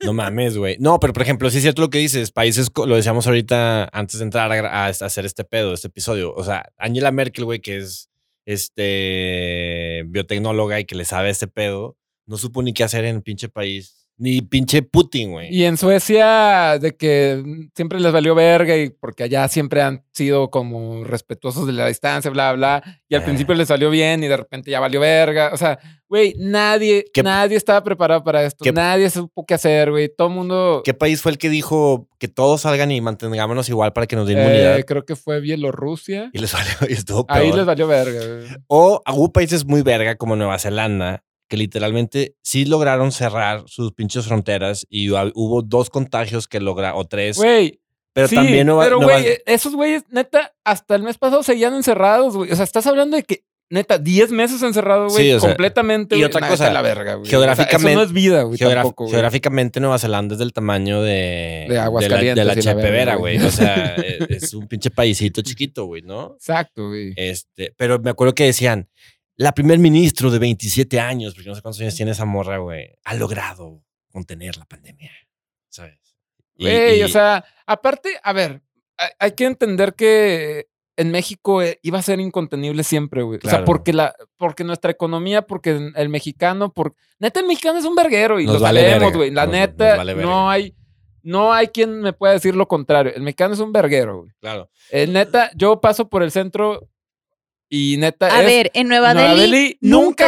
No mames, güey. No, pero por ejemplo, sí es cierto lo que dices. Países, co- lo decíamos ahorita antes de entrar a, gra- a hacer este pedo, este episodio. O sea, Angela Merkel, güey, que es este biotecnóloga y que le sabe este pedo, no supo ni qué hacer en el pinche país. Ni pinche Putin, güey. Y en Suecia, de que mm, siempre les valió verga y porque allá siempre han sido como respetuosos de la distancia, bla, bla. Y al Ah. principio les salió bien y de repente ya valió verga. O sea, güey, nadie, ¿Qué- nadie estaba preparado para esto. qué- nadie supo qué hacer, güey. Todo el mundo. ¿Qué país fue el que dijo que todos salgan y mantengámonos igual para que nos dé Eh, inmunidad? creo que fue Bielorrusia. y les valió, y estuvo peor. Ahí les valió verga. güey. O hubo países muy verga como Nueva Zelanda, que literalmente sí lograron cerrar sus pinches fronteras y hu- hubo dos contagios que logra o tres. Güey. pero sí, también Nueva, Pero, Nueva- güey, eh, e-, esos güeyes, neta, hasta el mes pasado seguían encerrados, güey. O sea, estás hablando de que, neta, 10 meses encerrado, güey. Sí, o sea, completamente. y güey, otra nah, cosa, vete a la verga, güey. geográficamente- O sea, eso no es vida, güey. geogra- tampoco, güey. geográficamente Nueva Zelanda es del tamaño de De la, de Aguascalientes la y la verga, Chepevera, güey. güey. O sea, e- es un pinche paisito chiquito, güey, ¿no? Exacto, güey. Este, pero me acuerdo que decían, la primer ministro de 27 años, porque no sé cuántos años tiene esa morra, güey, ha logrado contener la pandemia, ¿sabes? Y- Güey, y- o sea, aparte, a ver, hay, hay que entender que en México eh, iba a ser incontenible siempre, güey. O sea, Claro. porque la, porque nuestra economía, porque el mexicano, porque neta el mexicano es un verguero y Nos lo vale sabemos, verga. güey. La Nos- nos neta vale verga. no hay No hay quien me pueda decir lo contrario. El mexicano es un verguero, güey. Claro. El neta, yo paso por el centro y neta A es- ver, en Nueva, Nueva Delhi, Delhi nunca,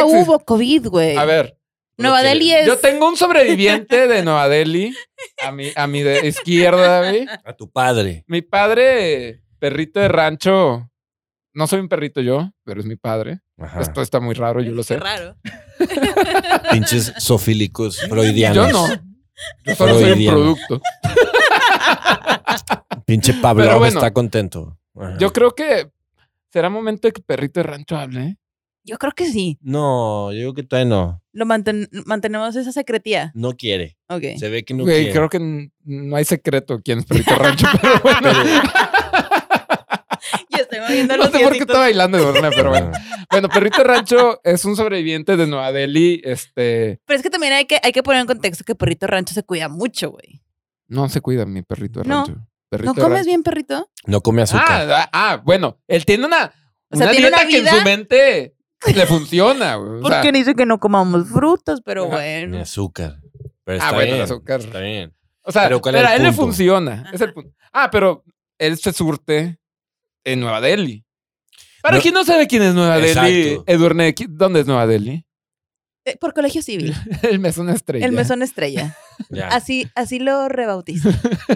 nunca exist- hubo COVID, güey. a ver, Nueva Porque Delhi es. yo tengo un sobreviviente de Nueva Delhi a mi, a mi de- izquierda, güey. A tu padre. Mi padre, perrito de rancho. No soy un perrito yo, pero es mi padre. Ajá. Esto está muy raro, yo Es lo sé. raro. Pinches sofílicos Yo freudianos. no. Yo solo soy un Freudiano. producto. Pinche Pablo Pero bueno. está contento. Ajá. Yo creo que será momento de que perrito de rancho hable. ¿eh? Yo creo que sí. No, yo creo que todavía no. Lo manten- mantenemos esa secretía. No quiere. Ok. Se ve que no Güey, quiere. creo que n- no hay secreto quién es perrito de rancho, pero bueno. Yo estoy moviendo No los sé por qué piecitos. está bailando Edurne, pero bueno. Ajá. Bueno, Perrito de Rancho es un sobreviviente de Nueva Delhi. Este, Pero es que también hay que, hay que poner en contexto que Perrito Rancho se cuida mucho, güey. no se cuida mi perrito de No. rancho. Perrito ¿No de comes rancho. bien, perrito? No come azúcar. Ah, ah, ah, bueno, él tiene una, O sea, una tiene dieta una que en vida- su mente le funciona. güey. O sea, Porque dice que no comamos frutas, pero Ajá. Ni bueno. azúcar. Pero Ah, está bueno, bien. azúcar. Está bien. o sea, pero pero, ¿cuál es a el él le punto? funciona. Es el punto. Ah, pero él se surte en Nueva Delhi. Para No- quien no sabe quién es Nueva Delhi, Exacto. Edurne, ¿qui- ¿dónde es Nueva Delhi? Eh, Por colegio civil. El mesón estrella. El mesón estrella. Ya. Así, así lo rebautizan.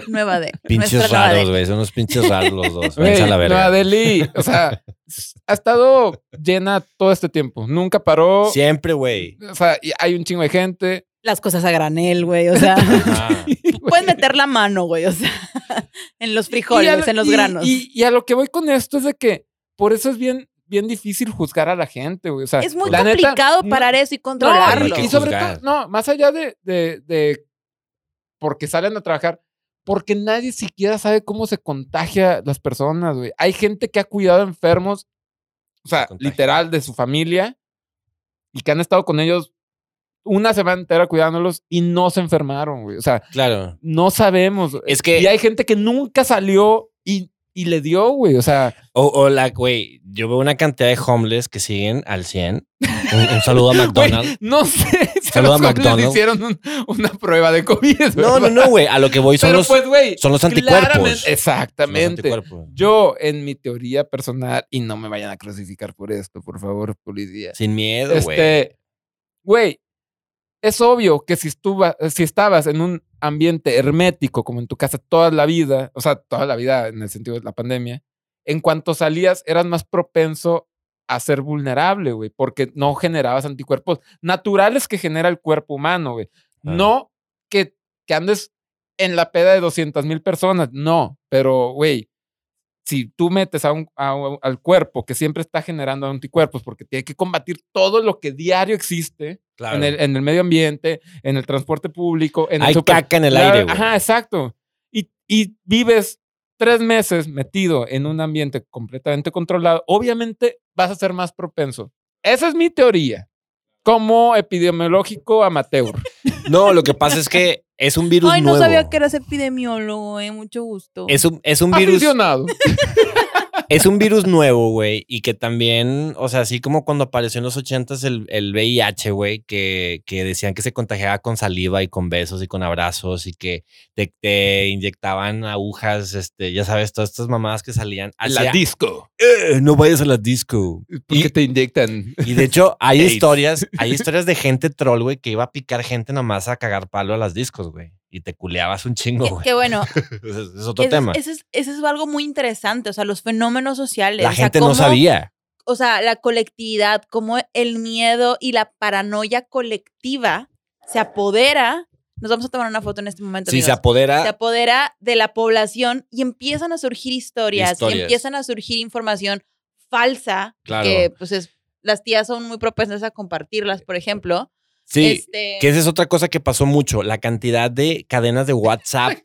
Nueva D. Pinches Nuestra Nueva raros, D. güey. Son unos pinches raros los dos. Güey, Váyanse a la verga. Nueva Delhi, o sea, ha estado llena todo este tiempo. Nunca paró. Siempre, güey. O sea, y hay un chingo de gente. Las cosas a granel, güey. O sea, Ajá. puedes meter la mano, güey. O sea, en los Y a frijoles, lo- en los y- granos. Y, y a lo que voy con esto es de que por eso es bien, bien difícil juzgar a la gente, güey. O sea, es muy la neta, complicado no- parar eso y no, controlarlo. Hay y que sobre todo, juzgar. no, más allá de, de, de porque salen a trabajar, porque nadie siquiera sabe cómo se contagia las personas, güey. Hay gente que ha cuidado enfermos, o sea, Contagia. literal, de su familia, y que han estado con ellos una semana entera cuidándolos y no se enfermaron, güey. O sea, Claro. no sabemos. Es que- Y hay gente que nunca salió y, y le dio, güey. O sea, O, o la, güey, yo veo una cantidad de homeless que siguen al 100. Un, un saludo a güey, McDonald's. no sé si Saluda a los a hombres les McDonald's. hicieron un- una prueba de COVID. No, no, ¿verdad? no, güey. A lo que voy son Pero los, pues, güey. son los claramente- anticuerpos. Exactamente. Los anticuerpos. Yo, en mi teoría personal, y no me vayan a crucificar por esto, por favor, policía. Sin miedo, güey. Este, güey, es obvio que si, estuva, si estabas en un ambiente hermético como en tu casa toda la vida, o sea, toda la vida en el sentido de la pandemia, en cuanto salías eras más propenso a ser vulnerable, güey, porque no generabas anticuerpos naturales que genera el cuerpo humano, güey. Claro. No que, que andes en la peda de 200 mil personas, no, pero, güey, si tú metes a un, a un- al cuerpo que siempre está generando anticuerpos porque tiene que combatir todo lo que diario existe Claro. en, el, en el medio ambiente, en el transporte público, en Hay el super- caca en el Claro, aire, güey. Ajá, exacto. Y, y vives tres meses metido en un ambiente completamente controlado, obviamente vas a ser más propenso. Esa es mi teoría. Como epidemiológico amateur. No, lo que pasa es que es un virus Ay, no nuevo. sabía que eras epidemiólogo, eh. Mucho gusto. es un, es Ah, un virus Aficionado. es un virus nuevo, güey, y que también, o sea, así como cuando apareció en los ochentas el, el VIH, güey, que, que decían que se contagiaba con saliva y con besos y con abrazos y que te, te inyectaban agujas, este, ya sabes, todas estas mamadas que salían. hacia- disco. "Eh, no vayas a la disco. Porque Y- te inyectan. Y de hecho, hay AIDS. historias, hay historias de gente troll, güey, que iba a picar gente nomás a cagar palo a las discos, güey. Y te culeabas un chingo, Que- güey. que bueno, Es, es otro Ese es- tema. ese es, ese es algo muy interesante, o sea, los fenómenos sociales. la o sea, gente no cómo- sabía. O sea, la colectividad, cómo el miedo y la paranoia colectiva se apodera. Nos vamos a tomar una foto en este momento. Si amigos. se apodera, Se apodera de la población y empiezan a surgir historias, y Historias. empiezan a surgir información falsa, Claro. que pues es- las tías son muy propensas a compartirlas, por ejemplo. sí. Este, Que esa es otra cosa que pasó mucho, la cantidad de cadenas de WhatsApp.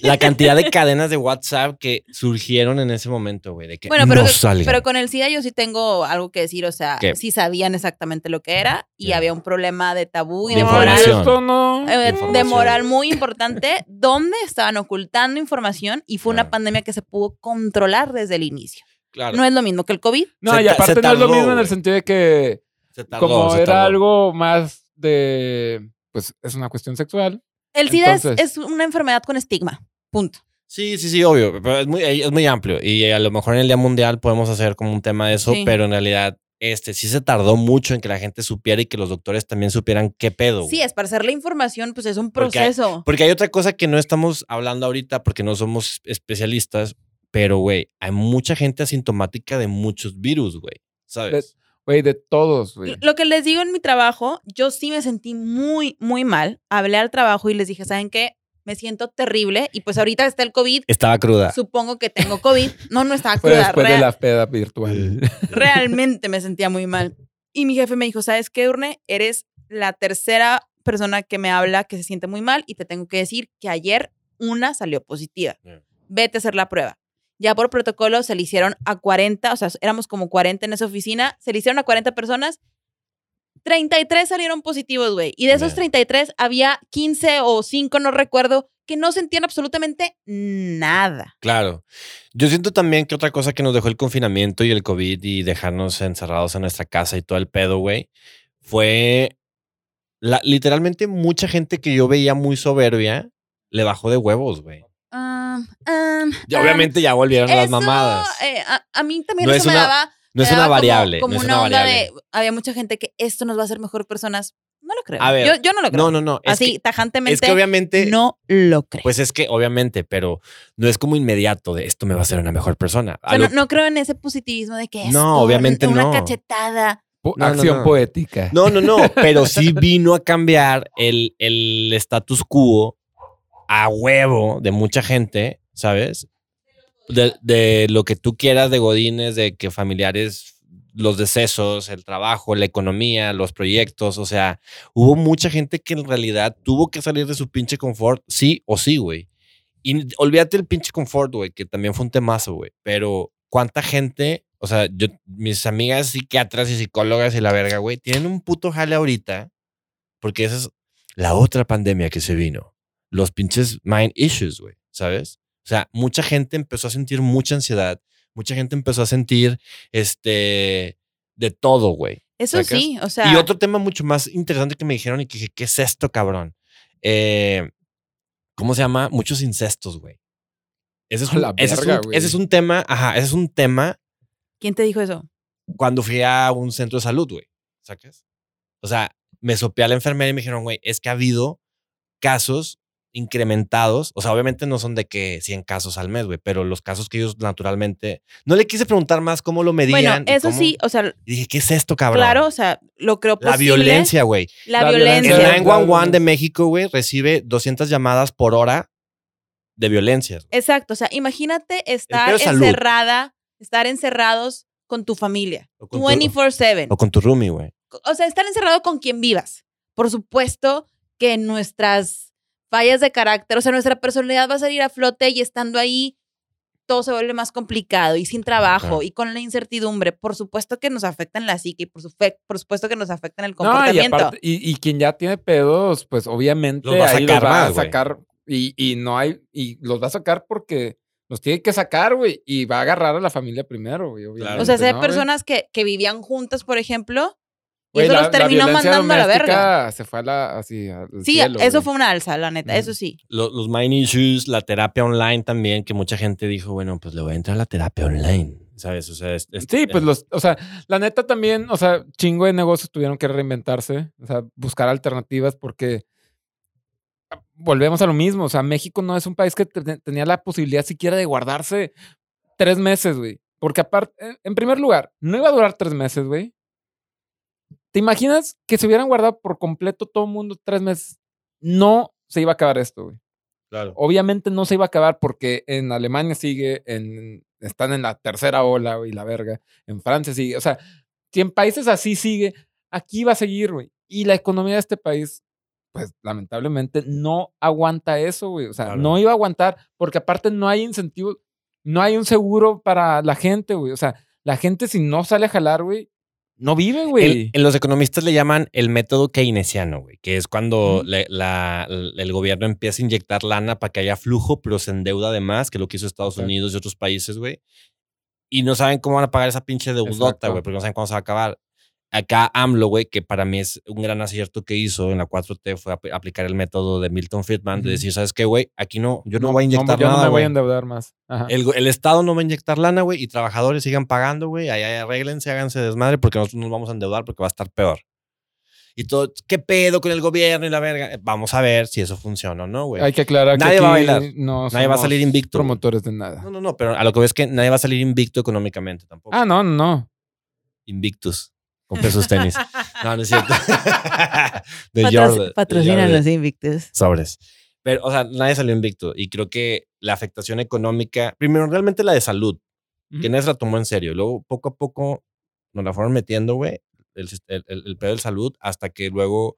la cantidad de cadenas de WhatsApp que surgieron en ese momento, güey. De que Bueno, pero, no que- salgan. pero con el SIDA yo sí tengo algo que decir, o sea, ¿Qué? sí sabían exactamente lo que era y Ya. había un problema de tabú y De de, información. moral. Esto no. eh, de información. moral muy importante, donde estaban ocultando información y fue una Claro. pandemia que se pudo controlar desde el inicio. claro, No es lo mismo que el COVID. No, Se y ta- se aparte no es lo tardó, mismo en güey. el sentido de que se tardó, como se era tardó. algo más de, pues es una cuestión sexual, El SIDA es- Entonces- es una enfermedad con estigma. Punto. Sí, sí, sí, obvio. Pero es muy, eh, es muy amplio. Y a lo mejor en el Día Mundial podemos hacer como un tema de eso, Sí. pero en realidad, este sí se tardó mucho en que la gente supiera y que los doctores también supieran qué pedo. güey. Sí, es para hacer la información, pues es un Porque hay- proceso. Porque hay otra cosa que no estamos hablando ahorita porque no somos especialistas, pero güey, hay mucha gente asintomática de muchos virus, güey. ¿Sabes? Güey, de todos, güey. Lo que les digo en mi trabajo, yo sí me sentí muy, muy mal. Hablé al trabajo y les dije, ¿saben qué? Me siento terrible y pues ahorita está el COVID. Estaba cruda. Supongo que tengo COVID. No, no estaba Fue cruda. después real- de la peda virtual. Realmente me sentía muy mal. Y mi jefe me dijo, ¿sabes qué, Urne? Eres la tercera persona que me habla que se siente muy mal y te tengo que decir que ayer una salió positiva. Yeah. Vete a hacer la prueba. Ya por protocolo se le hicieron a 40, o sea, éramos como 40 en esa oficina, se le hicieron a 40 personas. 33 salieron positivos, güey. Y de esos Yeah. 33 había 15 o 5, no recuerdo, que no sentían absolutamente nada. Claro. Yo siento también que otra cosa que nos dejó el confinamiento y el COVID y dejarnos encerrados en nuestra casa y todo el pedo, güey, fue la, literalmente mucha gente que yo veía muy soberbia le bajó de huevos, güey. Um, um, Y um, obviamente ya volvieron las Eso, mamadas. eh, a, a mí también No eso es me una- daba. No es me una daba como- variable. Como, no es una, una onda variable. de. Había mucha gente que esto nos va a hacer mejor personas. No lo creo. A ver, yo, yo no lo creo. No, no, no. Es Así, que- tajantemente. es que obviamente no lo creo. Pues es que obviamente, pero no es como inmediato de esto me va a hacer una mejor persona. O A sea, no, lo- no creo en ese positivismo de que No, esto, obviamente una no. cachetada. Po- No, no, Acción no. poética. no, no, no, pero sí vino a cambiar el, el status quo a huevo de mucha gente, ¿sabes? De, de lo que tú quieras de Godines, de que familiares, los decesos, el trabajo, la economía, los proyectos, o sea, hubo mucha gente que en realidad tuvo que salir de su pinche confort, sí o sí, güey. Y olvídate el pinche confort, güey, que también fue un temazo, güey. Pero cuánta gente, o sea, yo, mis amigas psiquiatras y psicólogas y la verga, güey, tienen un puto jale ahorita, porque esa es la otra pandemia que se vino. Los pinches mind issues, güey, ¿sabes? O sea, mucha gente empezó a sentir mucha ansiedad, mucha gente empezó a sentir, este, de todo, güey. Eso ¿Sacas? sí, o sea. Y otro tema mucho más interesante que me dijeron y que dije, ¿qué es esto, cabrón? Eh, ¿Cómo se llama? Muchos incestos, güey. Ese es, A un, la ese es verga, un- güey. ese es un tema, ajá, ese es un tema ¿Quién te dijo eso? cuando fui a un centro de salud, güey. ¿Sacas? O sea, me sopé a la enfermera y me dijeron, güey, es que ha habido casos incrementados. O sea, obviamente no son de que 100 casos al mes, güey, pero los casos que ellos naturalmente... No le quise preguntar más cómo lo medían. bueno, y eso cómo- sí, o sea, Y dije, ¿qué es esto, cabrón? claro, o sea, lo creo La posible. violencia, güey. La, La violencia. violencia. El Sí. 911 de México, güey, recibe 200 llamadas por hora de violencias. güey. Exacto, o sea, imagínate estar pedo es salud. encerrada, estar encerrados con tu familia, O con tu- 24/7. O con tu roomie, güey. o sea, estar encerrado con quien vivas. Por supuesto que nuestras fallas de carácter, o sea, nuestra personalidad va a salir a flote y estando ahí todo se vuelve más complicado y sin trabajo Claro. y con la incertidumbre. Por supuesto que nos afectan la psique y por, sufe- por supuesto que nos afectan el No, y, comportamiento. aparte- y, y quien ya tiene pedos, pues obviamente Los va a ahí sacar los va a más, güey. sacar y, y no hay, y los va a sacar porque los tiene que sacar, güey, y va a agarrar a la familia primero, güey, obviamente. o sea, si hay ¿no, güey? personas que, que vivían juntas, por ejemplo, y Güey, eso la- los la terminó violencia mandando a la verga. doméstica Se fue a la, así, al Sí, cielo, eso güey. fue una alza, la neta, Ujú. eso sí. Lo- Los, mind issues, la terapia online también, que mucha gente dijo, bueno, pues le voy a entrar a la terapia online, ¿sabes? O sea, es- es- Sí, pues los, o sea, la neta también, o sea, chingo de negocios tuvieron que reinventarse, o sea, buscar alternativas porque ah, volvemos a lo mismo, o sea, México no es un país que te- tenía la posibilidad siquiera de guardarse tres meses, güey, porque aparte, en- en primer lugar, no iba a durar tres meses, güey. ¿Te imaginas que se hubieran guardado por completo todo el mundo tres meses? No se iba a acabar esto, güey. Claro. Obviamente no se iba a acabar porque en Alemania sigue, en, están en la tercera ola y la verga, en Francia sigue, o sea, si en países así sigue, aquí va a seguir, güey. Y la economía de este país, pues lamentablemente no aguanta eso, güey. O sea, Claro. no iba a aguantar porque aparte no hay incentivos, no hay un seguro para la gente, güey. O sea, la gente si no sale a jalar, güey, no vive, En, güey. en los economistas le llaman el método keynesiano, güey, que es cuando Ujú. le- la- el gobierno empieza a inyectar lana para que haya flujo, pero se endeuda de más, que es lo que hizo Estados Exacto. Unidos y otros países, güey. Y no saben cómo van a pagar esa pinche deudota, Exacto. güey, porque no saben cuándo se va a acabar. Acá AMLO, güey, que para mí es un gran acierto que hizo en la 4T fue ap- aplicar el método de Milton Friedman de Ujú. decir, ¿sabes qué, güey? Aquí no, yo no, voy a inyectar yo no nada, me voy güey. a endeudar más. Ajá. El, el Estado no va a inyectar lana, güey, y trabajadores sigan pagando, güey. Ahí ahí arréglense, háganse desmadre, porque nosotros nos vamos a endeudar porque va a estar peor. Y todo, ¿qué pedo con el gobierno y la verga? Eh, Vamos a ver si eso funciona o no, güey. Hay que aclarar Nadie que va a aquí bailar. No Nadie va a somos salir invicto. güey. promotores de nada. No, no, no, pero a lo que ves que nadie va a salir invicto económicamente tampoco. Ah, no, no. Invictus. Compré sus tenis. No, no es cierto. de Jordan. Patrocina de Jordan. los invictos. Sobres. Pero, o sea, nadie salió invicto. Y creo que la afectación económica, primero, realmente la de salud, que nadie se la tomó en serio. Y Luego, poco a poco, nos la fueron metiendo, güey, el, sis- el, el- el pedo de salud, hasta que luego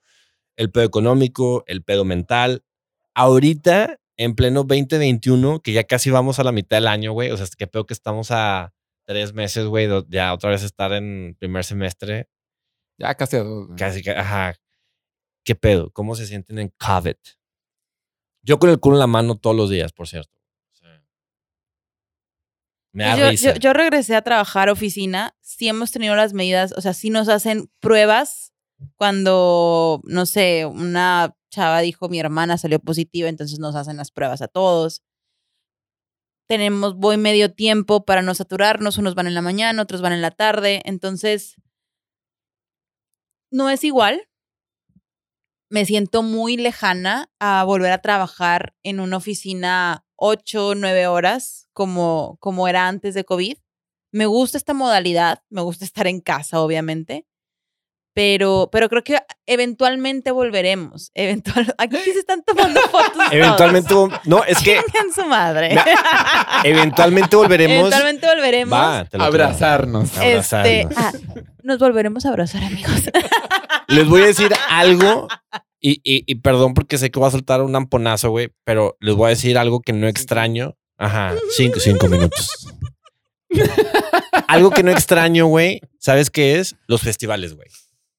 el pedo económico, el pedo mental. Ahorita, en pleno 2021, que ya casi vamos a la mitad del año, güey, o sea, qué pedo que estamos a tres meses, güey, do- ya otra vez estar en primer semestre. Ya casi a dos. güey. Casi que, ajá. ¿Qué pedo? ¿Cómo se sienten en COVID? Yo con el culo en la mano todos los días, por cierto. O sea, me da Pues yo, risa. yo- yo regresé a trabajar oficina, sí hemos tenido las medidas, o sea, sí nos hacen pruebas cuando, no sé, una chava dijo mi hermana salió positiva, entonces nos hacen las pruebas a todos. Tenemos, voy medio tiempo para no saturarnos, unos van en la mañana, otros van en la tarde, entonces no es igual. Me siento muy lejana a volver a trabajar en una oficina ocho, nueve horas como, como era antes de COVID. Me gusta esta modalidad, me gusta estar en casa, obviamente, pero, pero creo que eventualmente volveremos. Eventual, aquí se están tomando fotos. todos. Eventualmente, vol- no, es que Chingan su madre. eventualmente volveremos. Eventualmente volveremos. va, te lo creo. Abrazarnos. Ah. abrazarnos. Este, ah, nos volveremos a abrazar, amigos. Les voy a decir algo. Y, y- y perdón porque sé que va a soltar un amponazo, güey, pero les voy a decir algo que no extraño. Ajá, cinco, cinco minutos. algo que no extraño, güey, ¿sabes qué es? Los festivales, güey.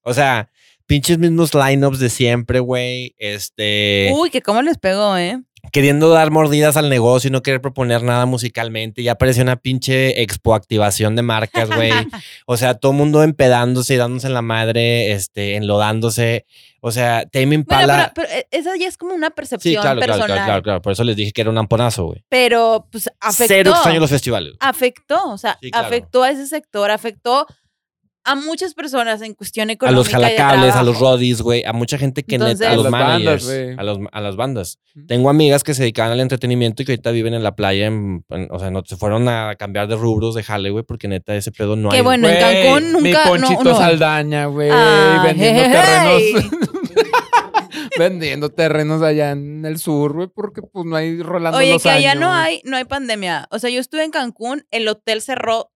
O sea, pinches mismos lineups de siempre, güey. Este, Uy, que cómo les pegó, ¿eh? queriendo dar mordidas al negocio y no querer proponer nada musicalmente. Ya apareció una pinche expo activación de marcas, Pues, güey. O sea, todo mundo empedándose y dándose en la madre, este, enlodándose. O sea, Tame Bueno, Impala. pero, pero, eh, esa ya es como una percepción sí, claro, claro, personal. claro, claro, claro. Por eso les dije que era un amponazo, güey. Pero pues afectó. Cero extraño los festivales. afectó, o sea, Sí, claro. afectó a ese sector, afectó a muchas personas en cuestión A los económica. y de jalacables, a los trabajo. rodis, güey, a mucha gente que neta, Entonces- a los A las bandas, managers, güey. a, los- a las bandas. Ujú. Tengo amigas que se dedicaban al entretenimiento y que ahorita viven en la playa, en- en- o sea, no se fueron a cambiar de rubros de jale, güey, porque neta ese pedo no Qué hay. bueno, en Güey, Cancún Mi nunca- no, Ponchito no. Saldaña, güey. Ah, vendiendo hey, hey, terrenos. vendiendo terrenos allá en el sur, güey, porque pues no hay Rolando Oye, que Lozaño, allá no güey. hay, no hay pandemia. O sea, yo estuve en Cancún, el hotel cerró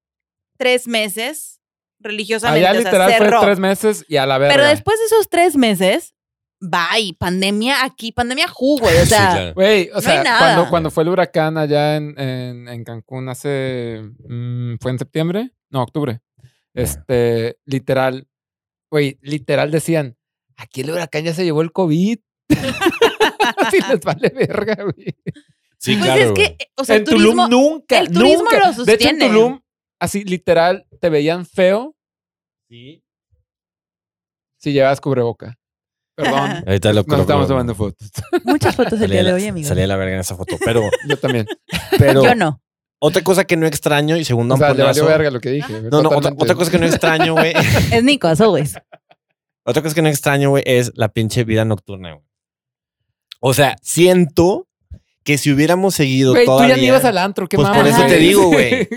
tres meses religiosamente. Allá o sea, literal fue cerró. tres meses y a la verga. Pero después de esos tres meses, bye, pandemia aquí, pandemia ju, güey. O Sí, sea, claro. Güey, o No sea, hay nada. cuando, cuando fue el huracán allá en, en- en Cancún hace. mm, ¿Fue en septiembre? No, octubre. Este, literal. Güey, literal decían: aquí el huracán ya se llevó el COVID. Así les vale verga, güey. Sí, pues claro, es que, güey. eh, o sea, el en Tulum turismo, nunca. el turismo nunca. lo De hecho, en sostiene. Tulum, así literal, te veían feo si llevas cubreboca. Perdón. Ahorita lo Nos estamos coloco. tomando fotos. muchas fotos el Salí día a de la- hoy, amigos. salí a la verga en esa foto. Pero, Yo también. pero Yo no. otra cosa que no extraño y segundo o sea, le amponazo. valió verga lo que dije. güey, no, no, otra, totalmente. otra cosa que no extraño, güey. Es Nico, as always. otra cosa que no extraño, güey, es la pinche vida nocturna, güey. O sea, siento que si hubiéramos seguido Güey, tú todavía. ya ni ibas al antro, qué Pues mamá. por eso te digo, güey.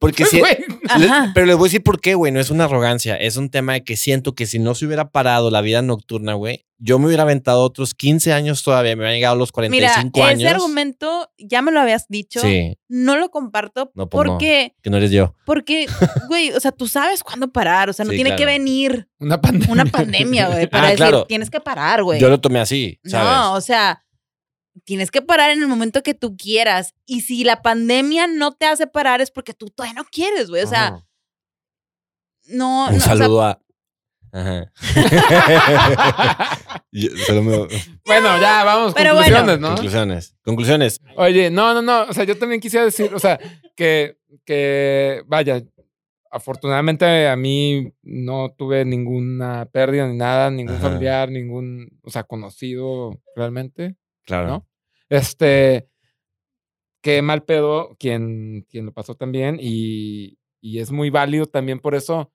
porque si, Güey, Le- Ajá. pero les voy a decir por qué, güey. No es una arrogancia. Es un tema de que siento que si no se hubiera parado la vida nocturna, güey, yo me hubiera aventado otros 15 años todavía. Me hubieran llegado a los Mira, 45 años. ese argumento ya me lo habías dicho. Sí, No lo comparto No, pues no. porque, que no eres yo. porque, güey, o sea, tú sabes cuándo parar. O sea, no Sí, tiene que claro. venir Una pandemia. una pandemia, güey, para Ah, decir, claro. tienes que parar, güey. Yo lo tomé así, ¿sabes? No, o sea, tienes que parar en el momento que tú quieras. Y si la pandemia no te hace parar es porque tú todavía no quieres, güey. O sea, Ajá. no. no, un o sea, saludo a. Ajá. Yo- solo me- bueno, ya, vamos, Pero conclusiones, ¿no? Conclusiones. Conclusiones. Oye, no, no, no. O sea, yo también quisiera decir, o sea, que, que vaya, afortunadamente a mí no tuve ninguna pérdida ni nada, ningún Ajá. familiar, ningún, o sea, conocido realmente. Claro. ¿No? Este, qué mal pedo quien, quien lo pasó también y, y es muy válido también por eso.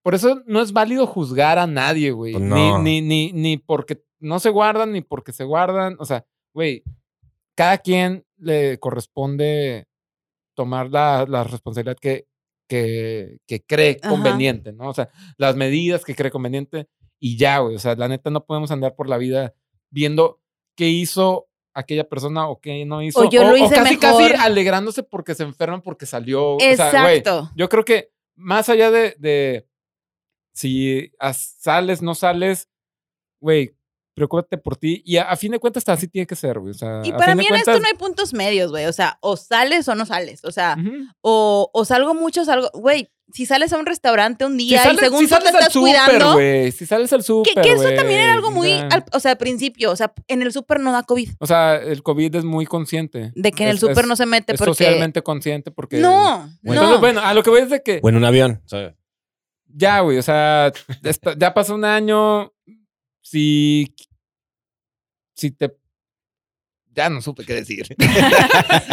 Por eso no es válido juzgar a nadie, güey. Pues no. Ni, ni, ni, ni porque no se guardan, ni porque se guardan. O sea, güey, cada quien le corresponde tomar la, la responsabilidad que, que, que cree Ajá. conveniente, ¿no? O sea, las medidas que cree conveniente y ya, güey. O sea, la neta no podemos andar por la vida viendo qué hizo aquella persona o qué no hizo. O yo lo hice casi, casi mejor. alegrándose porque se enferman porque salió. o sea, güey, Exacto. yo creo que más allá de, de si as- sales, no sales, güey, preocúpate por ti. Y a, a fin de cuentas, así tiene que ser, güey. O sea, Y a para fin de mí en cuentas- esto no hay puntos medios, güey. O sea, o sales o no sales. O sea, Ujú. o, o salgo mucho, salgo. Güey, si sales a un restaurante un Si día y sales, según si tú te sales al estás súper, cuidando. güey. Si sales al súper, Que, que eso güey, también era algo muy. o sea, al- o sea, al principio. O sea, en el súper no da COVID. O sea, el COVID es muy consciente. De que en el Es- súper es- no se mete es porque. socialmente consciente porque... No, Bueno, no. Entonces, bueno, a lo que voy es de que O en un avión. o sea, ya, güey, o sea, está- ya pasó un año, si... Si te... Ya no supe qué decir. O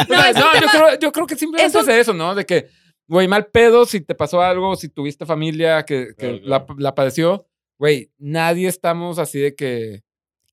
No, sea, es un no, yo, tema- creo, yo creo que simplemente es es, un- eso, ¿no? De que, güey, mal pedo si te pasó algo, si tuviste familia que, Claro, que la- claro. La, padeció. Güey, nadie estamos así de que...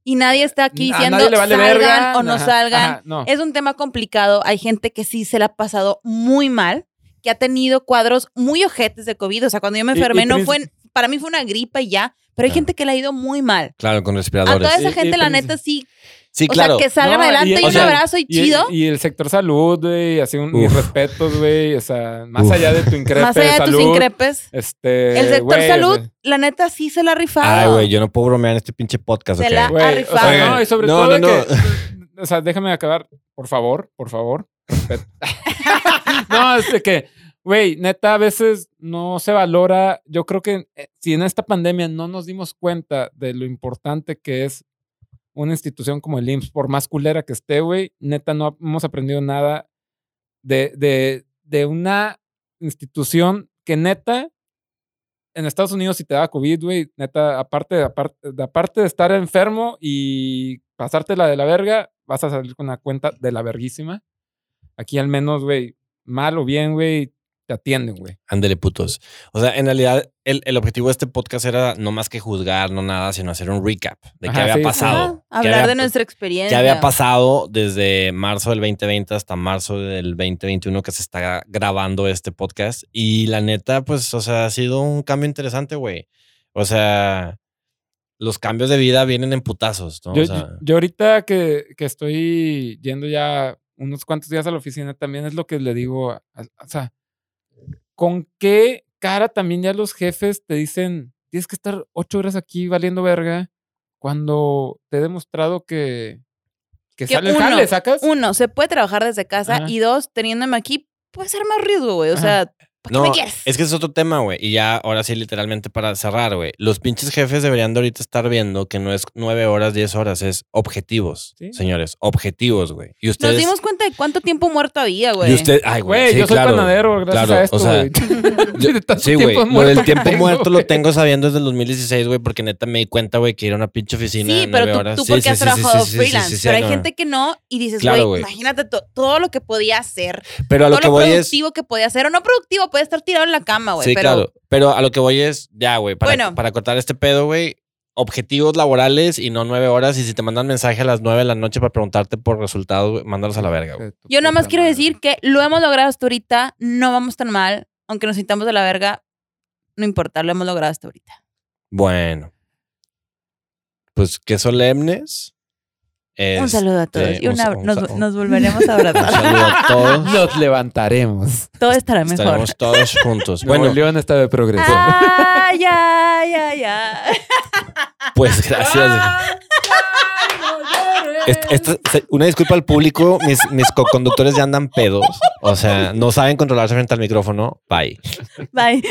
Y nadie está aquí a diciendo nadie le vale salgan verga. o no Ajá, salgan. ajá, no. Es un tema complicado. Hay gente que sí se la ha pasado muy mal, que ha tenido cuadros muy ojetes de COVID. O sea, cuando yo me Y- y enfermé, no princip- fue, para mí fue una gripa y ya, pero hay Claro. gente que le ha ido muy mal. Claro, con A respiradores. toda esa Sí, gente, y la princip- neta, sí. Sí, claro. Ah, O sea, que salgan No, y- adelante y, o un sea, abrazo y, Y, chido. y el sector salud, güey, así un mis Uf. respetos, güey, o sea, más Uf. allá de tu increpe más allá de salud, tus increpes. este, El sector güey, salud, o sea, la neta, sí se la ha eh, Ay, rifado. güey, yo no puedo bromear en este pinche podcast. Se ¿ok? la- güey, ha o sea, rifado. no, y sobre No, todo de no, no. que, o sea, déjame acabar, por favor, por favor, respeto. no, es de que, güey, neta, a veces no se valora, yo creo que eh, si en esta pandemia no nos dimos cuenta de lo importante que es una institución como el IMSS, por más culera que esté, güey, neta, no hemos aprendido nada de, de, de una institución que neta, en Estados Unidos si te da COVID, güey, neta, aparte, aparte, aparte de estar enfermo y pasártela de la verga, vas a salir con una cuenta de la verguísima. Aquí al menos, güey, mal o bien, güey, te atienden, güey. Ándele, putos. O sea, en realidad, el, el objetivo de este podcast era no más que juzgar, no nada, sino hacer un recap de qué Ajá, había sí, sí. pasado. Ajá, qué hablar había- de nuestra qué experiencia. había pasado desde marzo del 2020 hasta marzo del 2021 que se está grabando este podcast. Y la neta, pues, o sea, ha sido un cambio interesante, güey. O sea, los cambios de vida vienen en putazos, ¿no? Yo, o sea, yo- yo ahorita que, que estoy yendo ya unos cuantos días a la oficina, también es lo que le digo, a- a- o sea, ¿con qué cara también ya los jefes te dicen, tienes que estar ocho horas aquí valiendo verga cuando te he demostrado que, que, Que sale el uno, jale, sacas? Uno, se puede trabajar desde casa. Ajá. Y dos, teniéndome aquí, puede ser más riesgo, güey. O Ajá. sea, ¿para qué No, me quieres? es que es otro tema, güey. Y ya, ahora sí, literalmente para cerrar, güey. Los pinches jefes deberían de ahorita estar viendo que no es nueve horas, diez horas, es objetivos, Sí. señores. Objetivos, güey. Y Nos ustedes. dimos cuenta de cuánto tiempo muerto había, güey. y usted, ay, güey. Güey, sí, yo soy claro, panadero gracias claro, a esto, o sea, güey. yo- De tanto Sí, güey. tiempo Lo del muerto que tiempo tengo, muerto güey. lo tengo sabiendo desde el 2016, güey, porque neta me di cuenta, güey, que ir a una pinche oficina. Sí, de pero nueve tú, horas. tú Sí, porque sí, has sí, sí, sí, trabajado sí, sí, freelance, sí, sí, pero hay no. gente que no y dices, güey, Claro, güey. imagínate to- todo lo que podía hacer, Pero a lo todo lo que voy es. productivo que podía hacer o no productivo, podía estar tirado en la cama, güey. Sí, pero claro. Pero a lo que voy es, ya, güey, para, Bueno. para cortar este pedo, güey, objetivos laborales y no nueve horas. Y si te mandan mensaje a las nueve de la noche para preguntarte por resultados, güey, mándalos a la verga, güey. yo nada más Puta quiero madre. decir que lo hemos logrado hasta ahorita, no vamos tan mal, aunque nos sintamos de la verga, no importa, lo hemos logrado hasta ahorita. Bueno. Pues qué solemnes. un Este, saludo a todos y un una- sa- un nos, sa- un- nos volveremos a Un abrazar. saludo a todos. Nos levantaremos. todo estará mejor. Estaremos todos juntos. Bueno, Bueno, León está de progreso. Ay, ay, ay, ay. pues Ah. gracias. Ah, Est- esta- se- una disculpa al público, mis, mis co-conductores ya andan pedos. O sea, no saben controlarse frente al micrófono. Bye. Bye.